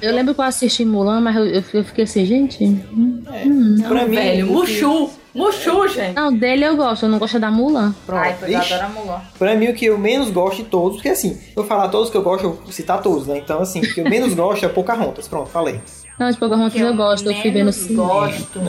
Speaker 3: eu lembro que eu assisti Mulan, mas eu, eu fiquei assim, gente. hum.
Speaker 2: É. pra mim.
Speaker 7: Velho,
Speaker 2: o que-
Speaker 7: Mushu. Mushu, gente.
Speaker 3: Não, dele eu gosto, eu não gosto da Mulan.
Speaker 2: Pronto.
Speaker 1: Ai, pois eu
Speaker 2: Ixi,
Speaker 1: adoro a Mulan.
Speaker 2: Pra mim, o que eu menos gosto de todos, porque assim, eu falar todos que eu gosto, eu vou citar todos, né? Então, assim, o que eu menos gosto é Pocahontas. Pronto, falei.
Speaker 3: Não, de Pocahontas eu, gosto, eu fui ver no
Speaker 1: menos
Speaker 3: cinema.
Speaker 1: gosto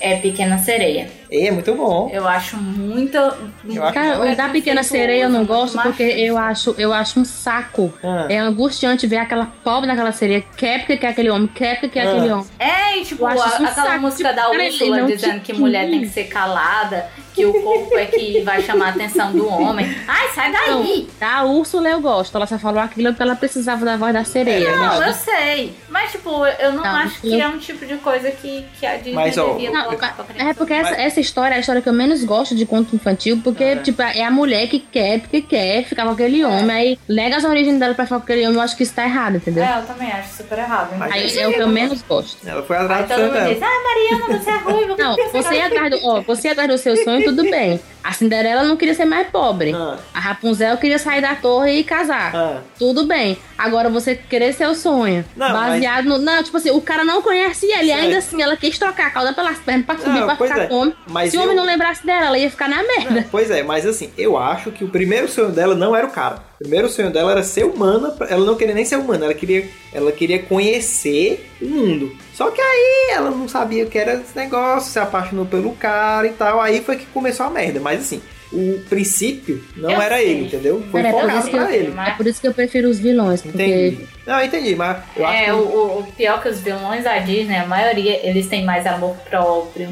Speaker 2: É,
Speaker 1: é Pequena Sereia.
Speaker 2: é muito bom.
Speaker 1: Eu acho muita.
Speaker 2: Eu acho
Speaker 3: Cara,
Speaker 1: É
Speaker 3: o da Pequena
Speaker 1: preconceituoso,
Speaker 3: Sereia eu não
Speaker 1: muito
Speaker 3: gosto porque
Speaker 1: machista.
Speaker 3: eu acho, eu acho um saco.
Speaker 2: Ah.
Speaker 3: É angustiante ver aquela pobre daquela sereia. Quer porque quer aquele homem, quer porque quer
Speaker 2: Ah.
Speaker 3: aquele homem.
Speaker 1: É, e tipo,
Speaker 3: Eu acho
Speaker 1: a-
Speaker 3: isso um
Speaker 1: aquela
Speaker 3: saco,
Speaker 1: música
Speaker 3: tipo,
Speaker 1: da
Speaker 3: cara, ele
Speaker 1: Úrsula
Speaker 3: não te
Speaker 1: dizendo que mulher tem que ser calada, que o corpo é que vai chamar a atenção do homem. Ai, sai
Speaker 3: Então,
Speaker 1: daí!
Speaker 3: da Úrsula eu gosto. Ela só falou aquilo porque ela precisava da voz da sereia.
Speaker 1: Não,
Speaker 3: né?
Speaker 1: eu sei. Mas, tipo, eu não
Speaker 3: Não,
Speaker 1: acho que
Speaker 3: eu-
Speaker 1: é um tipo de coisa que, que a Disney
Speaker 2: Mas, ó,
Speaker 1: devia
Speaker 3: Não,
Speaker 1: colocar pra
Speaker 3: é
Speaker 1: criança.
Speaker 3: porque essa, essa história é a história que eu menos gosto de conto infantil, porque, tipo, é a mulher que quer, porque quer ficar com
Speaker 1: É.
Speaker 3: aquele homem, aí nega as origens dela pra ficar com aquele homem, eu acho que isso tá errado, entendeu?
Speaker 1: É, eu também acho super errado.
Speaker 2: Mas-
Speaker 1: Aí,
Speaker 3: Aí é o que eu menos gosto.
Speaker 2: Ela foi atrás
Speaker 1: aí
Speaker 2: do
Speaker 1: todo mundo
Speaker 2: Santana.
Speaker 1: diz, ah, Mariana, você é ruiva, por
Speaker 3: Não,
Speaker 1: que
Speaker 3: você né?
Speaker 1: gosta de
Speaker 3: aguarda, ó, você aguarda o seu sonho, tudo bem. A Cinderela não queria ser mais pobre.
Speaker 2: Ah.
Speaker 3: A Rapunzel queria sair da torre e casar.
Speaker 2: Ah.
Speaker 3: Tudo bem. Agora você querer seu sonho.
Speaker 2: Não,
Speaker 3: baseado no. Não, tipo assim, o cara não conhece ele.
Speaker 2: Certo.
Speaker 3: Ainda assim, ela quis trocar a cauda pelas pernas pra subir
Speaker 2: Não,
Speaker 3: pra
Speaker 2: pois
Speaker 3: ficar
Speaker 2: é.
Speaker 3: com o homem.
Speaker 2: Mas
Speaker 3: Se o
Speaker 2: eu-
Speaker 3: homem não lembrasse dela, ela ia ficar na merda.
Speaker 2: Pois é, mas assim, eu acho que o primeiro sonho dela não era o cara. O primeiro sonho dela era ser humana, pra- ela não queria nem ser humana, ela queria, ela queria conhecer o mundo. Só que aí ela não sabia o que era esse negócio, se apaixonou pelo cara e tal, aí foi que começou a merda. Mas assim, o princípio não
Speaker 1: Eu
Speaker 2: era
Speaker 1: sei.
Speaker 2: ele, entendeu? Foi
Speaker 3: Cara, é por
Speaker 2: focado
Speaker 3: isso que
Speaker 2: pra
Speaker 1: eu-
Speaker 2: ele.
Speaker 3: É por isso que eu prefiro os vilões, porque.
Speaker 2: Entendi. Não, entendi, mas eu acho que...
Speaker 1: É, o, o- o pior que os vilões da Disney, a maioria, eles têm mais amor próprio.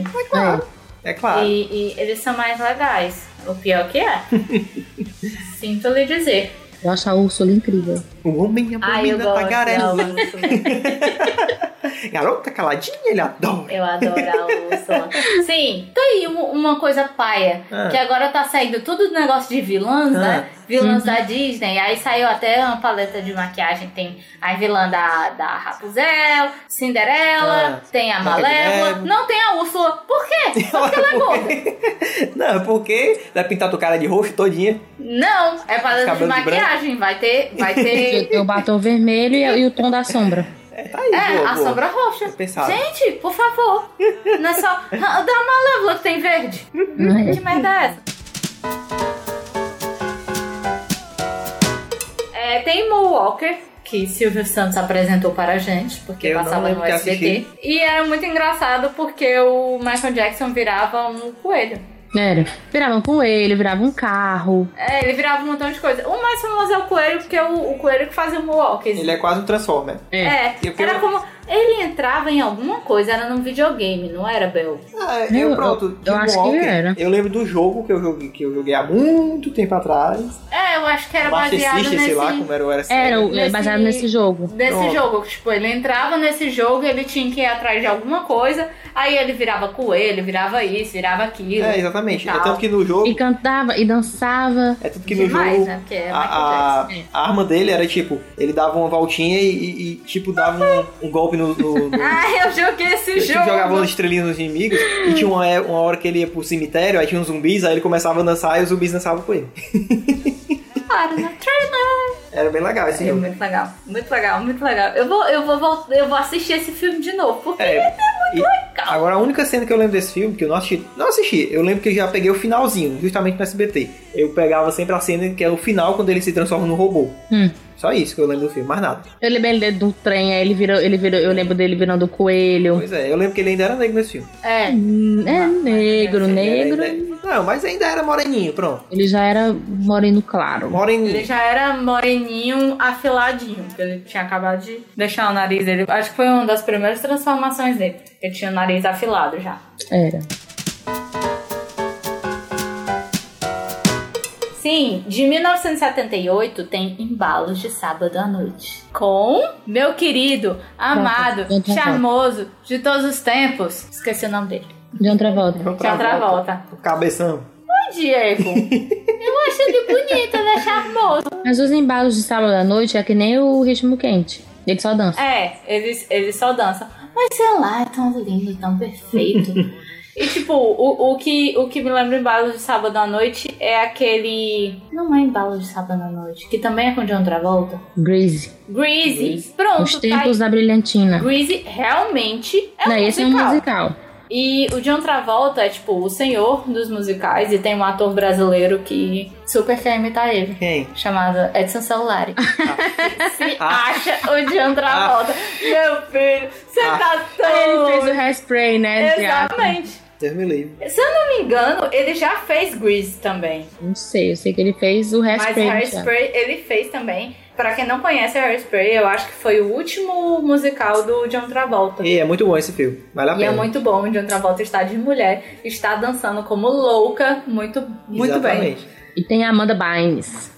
Speaker 2: É claro.
Speaker 1: E, e eles são mais legais. O pior que é. Sinto lhe dizer.
Speaker 3: Eu acho a Úrsula incrível.
Speaker 2: O homem é
Speaker 1: Ai, eu
Speaker 2: abomina
Speaker 1: gosto. da
Speaker 2: tagarela.
Speaker 1: Úrsula.
Speaker 2: Garota caladinha, ele adora.
Speaker 1: Eu adoro a Úrsula. Sim, tá aí um- uma coisa paia.
Speaker 2: Ah.
Speaker 1: Que agora tá saindo tudo negócio de vilãs,
Speaker 2: Ah.
Speaker 1: né? Vilãs da Disney. Aí saiu até uma paleta de maquiagem. Tem a vilã da, da Rapunzel, Cinderela,
Speaker 2: Ah.
Speaker 1: tem a
Speaker 2: Branca de
Speaker 1: Malévola.
Speaker 2: Neve.
Speaker 1: Não tem a Úrsula. Por quê? Só porque ela é gorda.
Speaker 2: Não, porque vai pintar tua cara de roxo todinha.
Speaker 1: Não, é paleta de
Speaker 2: Cabelo de
Speaker 1: maquiagem. Vai ter. Vai ter.
Speaker 3: Eu o batom vermelho e, e o tom da sombra.
Speaker 2: É, tá aí,
Speaker 1: É,
Speaker 2: boa,
Speaker 1: a
Speaker 2: boa.
Speaker 1: sombra roxa.
Speaker 2: Pensado.
Speaker 1: Gente, por favor. Não é só. Ah, Dá uma malévola que tem verde. Que merda é essa? É, tem Moonwalker, que Silvio Santos apresentou para a gente, porque
Speaker 2: Eu não
Speaker 1: passava
Speaker 2: lembro
Speaker 1: no
Speaker 2: que
Speaker 1: SBT. E era muito engraçado porque o Michael Jackson virava um coelho.
Speaker 3: Era. Virava um coelho, virava um carro.
Speaker 1: É, ele virava um montão de coisa. O mais famoso é o coelho, porque é o, o coelho que fazia o Moonwalker.
Speaker 2: Ele é quase um Transformer.
Speaker 1: É,
Speaker 2: E o que
Speaker 1: era
Speaker 2: eu-
Speaker 1: como. Ele entrava em alguma coisa, era num videogame, não era, Bel?
Speaker 2: Ah,
Speaker 3: Eu-
Speaker 2: eu, pronto.
Speaker 3: eu acho que
Speaker 2: Moonwalker,
Speaker 3: era.
Speaker 2: Eu lembro do jogo que eu joguei, que eu joguei há muito tempo atrás.
Speaker 1: É, eu acho que era
Speaker 2: Master
Speaker 1: baseado
Speaker 2: System,
Speaker 1: nesse.
Speaker 2: sei lá como era o era.
Speaker 3: Era o-
Speaker 1: Nesse-
Speaker 3: baseado nesse jogo.
Speaker 1: Desse
Speaker 2: Pronto.
Speaker 1: jogo, que, tipo, ele entrava nesse jogo, ele tinha que ir atrás de alguma coisa, aí ele virava coelho, virava isso, virava aquilo.
Speaker 2: É, exatamente.
Speaker 1: e tal. Então,
Speaker 2: É tanto que no jogo.
Speaker 3: E cantava e dançava.
Speaker 2: É tanto que no
Speaker 1: Demais,
Speaker 2: jogo.
Speaker 1: né? Porque é
Speaker 2: A,
Speaker 1: Michael
Speaker 2: a,
Speaker 1: Jackson.
Speaker 2: a arma dele era tipo, ele dava uma voltinha e, e- e, tipo, dava um, um golpe no. no, no-
Speaker 1: Ah, eu joguei esse
Speaker 2: Tipo,
Speaker 1: jogo.
Speaker 2: jogava umas estrelinhas nos inimigos e tinha uma, é- uma hora que ele ia pro cemitério, aí tinha uns zumbis, aí ele começava a dançar e os zumbis dançavam com ele.
Speaker 1: Claro, né?
Speaker 2: Era bem legal esse
Speaker 1: É
Speaker 2: jogo.
Speaker 1: muito legal, muito legal, muito legal. Eu vou, eu vou, vol- eu vou assistir esse filme de novo, porque
Speaker 2: É, e- Agora, a única cena que eu lembro desse filme, que eu não assisti, não assisti, eu lembro que eu já peguei o finalzinho, justamente no SBT. Eu pegava sempre a cena que é o final, quando ele se transforma no robô.
Speaker 3: Hum.
Speaker 2: Só isso que eu lembro do filme, mais nada.
Speaker 3: Eu lembro ele do trem, aí ele virou, ele virou, eu lembro dele virando coelho.
Speaker 2: Pois é, eu lembro que ele ainda era negro nesse filme.
Speaker 1: É,
Speaker 3: Hum, É negro,
Speaker 2: Ele
Speaker 3: negro.
Speaker 2: era- ainda- Não, mas ainda era moreninho, pronto.
Speaker 3: Ele já era moreno claro.
Speaker 1: Ele
Speaker 2: Moreninho.
Speaker 1: já era moreninho, afiladinho, porque ele tinha acabado de deixar o nariz dele. Acho que foi uma das primeiras transformações dele. Ele tinha o nariz afilado já.
Speaker 3: Era.
Speaker 1: Sim, de 1978 tem Embalos de Sábado à Noite. Com meu querido, amado,
Speaker 3: Pronto, pronto,
Speaker 1: charmoso de todos os tempos. Esqueci o nome dele.
Speaker 3: De outra volta.
Speaker 1: John Travolta.
Speaker 2: O cabeção.
Speaker 1: Diego. Eu acho ele bonito, ele é charmoso.
Speaker 3: Mas os embalos de sábado à noite é que nem o ritmo quente. Ele só dança.
Speaker 1: É, eles, eles só dançam. Mas sei lá, é tão lindo, tão perfeito. E tipo, o, o, que, o que me lembra embalo de sábado à noite é aquele. Não é embalo de sábado à noite, que também é com John Travolta.
Speaker 3: Greasy.
Speaker 1: Greasy. Pronto,
Speaker 3: Os
Speaker 1: tá aí.
Speaker 3: tempos da brilhantina.
Speaker 1: Greasy realmente é um
Speaker 3: Não, esse é um
Speaker 1: musical.
Speaker 3: musical.
Speaker 1: E o John Travolta é tipo o senhor dos musicais e tem um ator brasileiro que super quer imitar ele.
Speaker 2: Quem?
Speaker 1: Chamado Edson Celulari.
Speaker 3: Ah.
Speaker 1: Se acha o John Travolta. Meu filho, você
Speaker 2: Ah.
Speaker 1: tá
Speaker 3: Aí
Speaker 1: tão
Speaker 3: ele fez um o
Speaker 1: longe.
Speaker 3: hairspray, né? entre aspas.
Speaker 1: Exatamente.
Speaker 2: Deus me livre.
Speaker 1: Se eu não me engano, ele já fez Grease também.
Speaker 3: Não sei, eu sei que ele fez o
Speaker 1: Mas
Speaker 3: hairspray. né, já.
Speaker 1: Hairspray ele fez também. Pra quem não conhece Hairspray, eu acho que foi o último musical do John Travolta.
Speaker 2: E é muito bom esse filme. Vale a
Speaker 1: E
Speaker 2: pena.
Speaker 1: é muito bom, o John Travolta está de mulher, está dançando como louca, muito, muito bem.
Speaker 2: Exatamente.
Speaker 3: E tem a Amanda Bynes.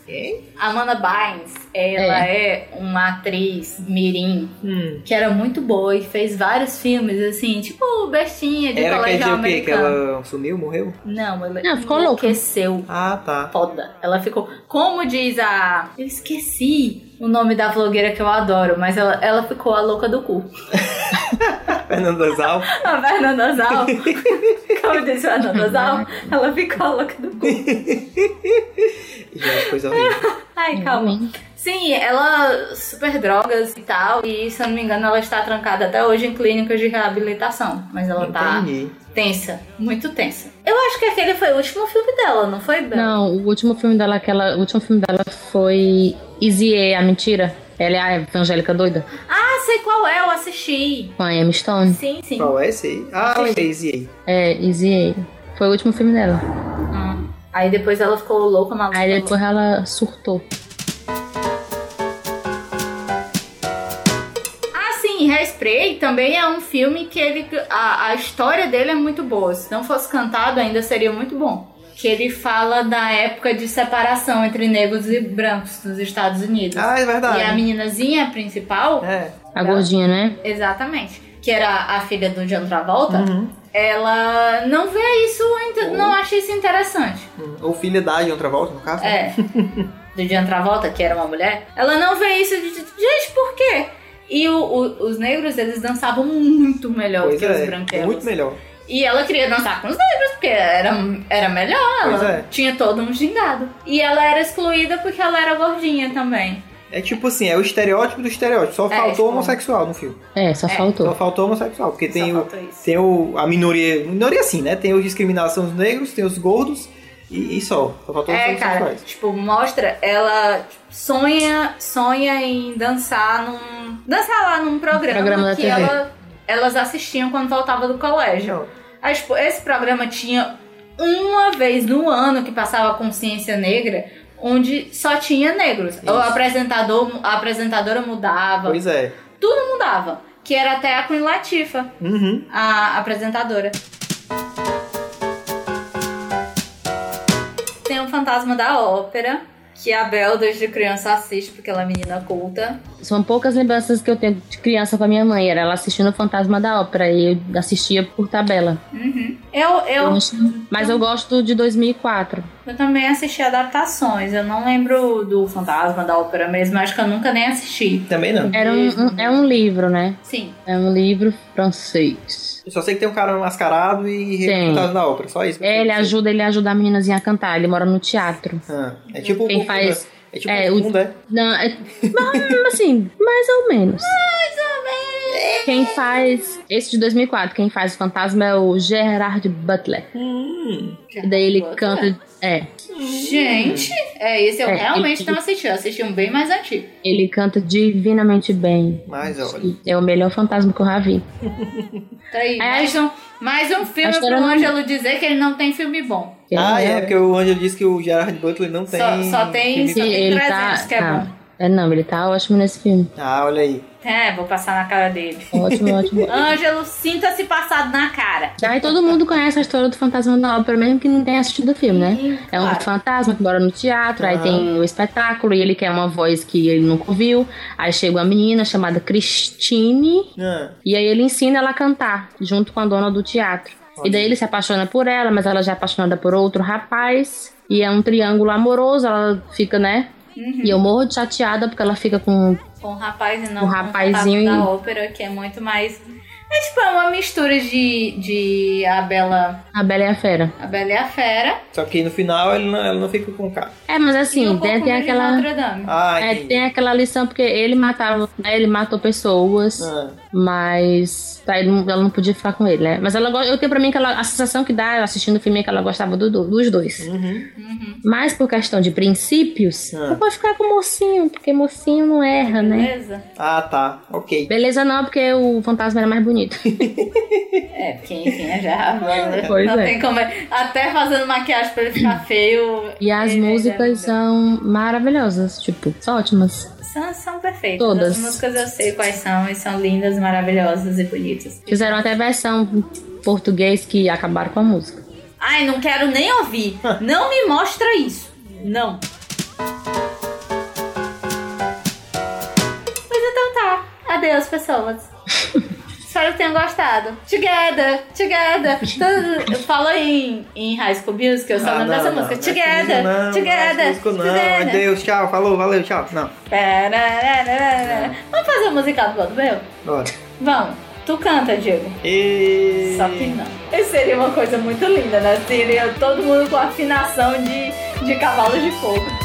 Speaker 1: Amanda Bynes, ela é. uma atriz mirim,
Speaker 2: Hum.
Speaker 1: que era muito boa e fez vários filmes, assim, tipo bestinha de
Speaker 2: Era quer dizer
Speaker 1: colegial
Speaker 2: o quê? Que
Speaker 1: americano.
Speaker 2: ela sumiu, morreu?
Speaker 1: Não, ela
Speaker 3: Não, ficou louca.
Speaker 1: enlouqueceu.
Speaker 2: Ah, tá.
Speaker 1: Foda. Ela ficou. Como diz a. Eu esqueci o nome da vlogueira que eu adoro, mas ela, ela ficou a louca do cu.
Speaker 2: Fernando Dazal.
Speaker 1: A Fernanda Zal, como disse a Fernanda Zal, ela ficou a louca do cu.
Speaker 2: Gente, coisa horrível.
Speaker 3: Hum.
Speaker 1: Ai, calma. Sim, ela super drogas e tal, e se eu não me engano, ela está trancada até hoje em clínicas de reabilitação. Mas ela tá
Speaker 2: Entendi.
Speaker 1: tensa, muito tensa. Eu acho que aquele foi o último filme dela, não foi, Bela?
Speaker 3: Não, o último filme dela, aquela, o último filme dela foi Easy A, a mentira. Ela é a evangélica doida
Speaker 1: Ah, sei qual é, eu assisti.
Speaker 3: com a Emma Stone.
Speaker 1: Sim, sim.
Speaker 2: Qual é esse aí? Ah, lembrei, esse aí.
Speaker 3: É, Easy A. Foi o último filme dela.
Speaker 1: Hum. Aí depois ela ficou louca, maluca.
Speaker 3: Aí depois ela surtou.
Speaker 1: Ah, sim, Hairspray também é um filme que ele, a, a história dele é muito boa. Se não fosse cantado, ainda seria muito bom. Que ele fala da época de separação entre negros e brancos nos Estados Unidos.
Speaker 2: Ah, é verdade.
Speaker 1: e a meninazinha principal,
Speaker 2: É.
Speaker 1: Tá.
Speaker 3: A gordinha, né?
Speaker 1: exatamente, que era a filha do John Travolta,
Speaker 2: Uhum.
Speaker 1: ela não vê isso, inte- não acha isso interessante.
Speaker 2: Hum, Ou filha da de outra volta, no caso. né?
Speaker 1: É. Do John Travolta, que era uma mulher. Ela não vê isso de... de- Gente, por quê? E o- o- os negros, eles dançavam muito melhor
Speaker 2: Pois
Speaker 1: que os
Speaker 2: é.
Speaker 1: branquelos.
Speaker 2: Muito melhor.
Speaker 1: E ela queria dançar com os negros, porque era, era melhor.
Speaker 2: Pois
Speaker 1: Ela
Speaker 2: é.
Speaker 1: tinha todo um gingado. E ela era excluída porque ela era gordinha também.
Speaker 2: É tipo assim, é o estereótipo do estereótipo. Só
Speaker 1: tipo-
Speaker 2: faltou homossexual no filme.
Speaker 3: É, só
Speaker 2: Só
Speaker 3: faltou.
Speaker 2: faltou homossexual. Porque tem
Speaker 1: Só
Speaker 2: o,
Speaker 1: falta isso.
Speaker 2: tem o, a minoria. Minoria sim, né? Tem a discriminação dos negros, tem os gordos e, e só. Só faltou os
Speaker 1: É, cara,
Speaker 2: homossexuais.
Speaker 1: tipo, mostra, ela tipo, sonha, sonha em dançar num. Dançar lá num programa,
Speaker 3: Programa da
Speaker 1: que
Speaker 3: TV.
Speaker 1: ela- elas assistiam quando voltava do colégio.
Speaker 2: Não,
Speaker 1: Aí, tipo, esse programa tinha uma vez no ano que passava Consciência Negra, onde só tinha negros. O apresentador, a apresentadora mudava,
Speaker 2: Pois é.
Speaker 1: tudo mudava. Que era até a Queen Latifa,
Speaker 2: Uhum.
Speaker 1: a apresentadora. Tem um fantasma da ópera, que a Bel, desde criança, assiste, porque ela é menina culta.
Speaker 3: São poucas lembranças que eu tenho de criança com a minha mãe. Era ela assistindo o Fantasma da Ópera e eu assistia por tabela.
Speaker 1: Eu,
Speaker 3: Eu
Speaker 1: eu,
Speaker 3: acho- Mas eu gosto de 2004.
Speaker 1: Eu também assisti adaptações. Eu não lembro do Fantasma da Ópera mesmo. Acho que eu nunca nem assisti.
Speaker 2: Também não.
Speaker 3: Era um, um- é um livro, né?
Speaker 1: Sim.
Speaker 3: É um livro francês.
Speaker 2: Eu só sei que tem um cara mascarado e
Speaker 3: Tem.
Speaker 2: representado na ópera. Só isso.
Speaker 3: É, ele ajuda, ele ajuda a meninazinha a cantar. Ele mora no teatro.
Speaker 2: Ah, é tipo
Speaker 3: Quem
Speaker 2: o
Speaker 3: faz-
Speaker 2: É tipo
Speaker 3: é,
Speaker 2: o
Speaker 3: o-
Speaker 2: mundo, é.
Speaker 3: Não, é, mas, assim, mais ou menos. Quem faz. Esse de 2004, quem faz o fantasma é o Gerard Butler. E daí ele canta. É,
Speaker 1: Gente, é esse eu
Speaker 3: É,
Speaker 1: realmente
Speaker 3: ele-
Speaker 1: não assisti. Eu assisti um bem mais antigo.
Speaker 3: ele canta divinamente bem.
Speaker 2: Mas olha.
Speaker 3: E É o melhor fantasma que eu já vi.
Speaker 1: Tá aí.
Speaker 3: É,
Speaker 1: mais, um, mais um filme
Speaker 3: acho que
Speaker 1: pro
Speaker 3: era no-
Speaker 1: Ângelo dizer que ele não tem filme bom.
Speaker 2: Ah, é, porque o Angel disse que o Gerard Butler não tem.
Speaker 1: Só, só tem,
Speaker 2: filme
Speaker 1: só
Speaker 2: pra-
Speaker 3: Sim,
Speaker 1: tem
Speaker 3: ele
Speaker 1: 300
Speaker 3: tá.
Speaker 1: que é
Speaker 3: tá.
Speaker 1: bom.
Speaker 3: É, não, ele tá ótimo nesse filme.
Speaker 2: Ah, olha aí.
Speaker 1: É, vou passar na cara dele.
Speaker 3: Ótimo, ótimo.
Speaker 1: Ângelo, sinta-se passado na cara.
Speaker 3: Aí todo mundo conhece a história do fantasma da ópera, mesmo que não tenha assistido o filme, né? É um
Speaker 1: claro.
Speaker 3: fantasma que mora no teatro, aí tem o espetáculo e ele quer uma voz que ele nunca ouviu. Aí chega uma menina chamada Christine
Speaker 2: Ah,
Speaker 3: e aí ele ensina ela a cantar junto com a dona do teatro. E daí ele se apaixona por ela, mas ela já é apaixonada por outro rapaz. E é um triângulo amoroso, ela fica, né?
Speaker 1: Uhum.
Speaker 3: E eu morro de chateada porque ela fica com.
Speaker 1: Com um rapaz e não
Speaker 3: Um
Speaker 1: com
Speaker 3: rapazinho
Speaker 1: contato
Speaker 3: e-
Speaker 1: da ópera, que é muito mais. É tipo, é uma mistura de, de a Bela.
Speaker 3: A Bela e a Fera.
Speaker 1: A Bela e a Fera.
Speaker 2: Só que no final ele não- ela não fica com o cara.
Speaker 3: É, mas
Speaker 1: e
Speaker 3: assim,
Speaker 1: o
Speaker 3: tem, tem
Speaker 1: Cocumelo de
Speaker 3: aquela.
Speaker 1: Notre Dame.
Speaker 2: Ah,
Speaker 3: É,
Speaker 2: entendi.
Speaker 3: tem aquela lição, porque ele matava, né? Ele matou pessoas,
Speaker 2: Ah,
Speaker 3: mas tá, ele não- ela não podia ficar com ele, né? Mas ela go- eu tenho pra mim que ela, a sensação que dá assistindo o filme é que ela gostava do- do- dos dois. Mas por questão de princípios,
Speaker 2: Ah.
Speaker 3: eu vou ficar com o mocinho, porque mocinho não erra, né?
Speaker 1: Beleza?
Speaker 2: ah, tá. Ok.
Speaker 3: Beleza não, porque o fantasma era mais bonito.
Speaker 1: É, porque enfim, é já.
Speaker 3: Pois
Speaker 1: não
Speaker 3: é.
Speaker 1: tem como. Até fazendo maquiagem pra ele ficar feio.
Speaker 3: E as
Speaker 1: ele- é
Speaker 3: músicas são maravilhosas, tipo, são ótimas.
Speaker 1: São, são perfeitas.
Speaker 3: Todas.
Speaker 1: As músicas eu sei quais são e são lindas, maravilhosas e bonitas.
Speaker 3: Fizeram até versão em português que acabaram com a música.
Speaker 1: Ai, não quero nem ouvir. Não me mostra isso. Não. Mas então tá. Adeus, pessoas. Espero que tenham gostado. Together, together. Tudo- Eu falo em, em High School Musical, eu só
Speaker 2: Ah,
Speaker 1: lembro dessa música.
Speaker 2: não,
Speaker 1: together,
Speaker 2: não, não,
Speaker 1: together,
Speaker 2: não, é músico não.
Speaker 1: together.
Speaker 2: Adeus, tchau, falou, valeu, tchau. Não,
Speaker 1: Tararararara. Vamos fazer o musical do Blood Bell?
Speaker 2: bora.
Speaker 1: Vamos. Tu canta, Diego.
Speaker 2: E...
Speaker 1: Só que não. Isso seria uma coisa muito linda, né? Seria todo mundo com afinação de, de cavalo de fogo.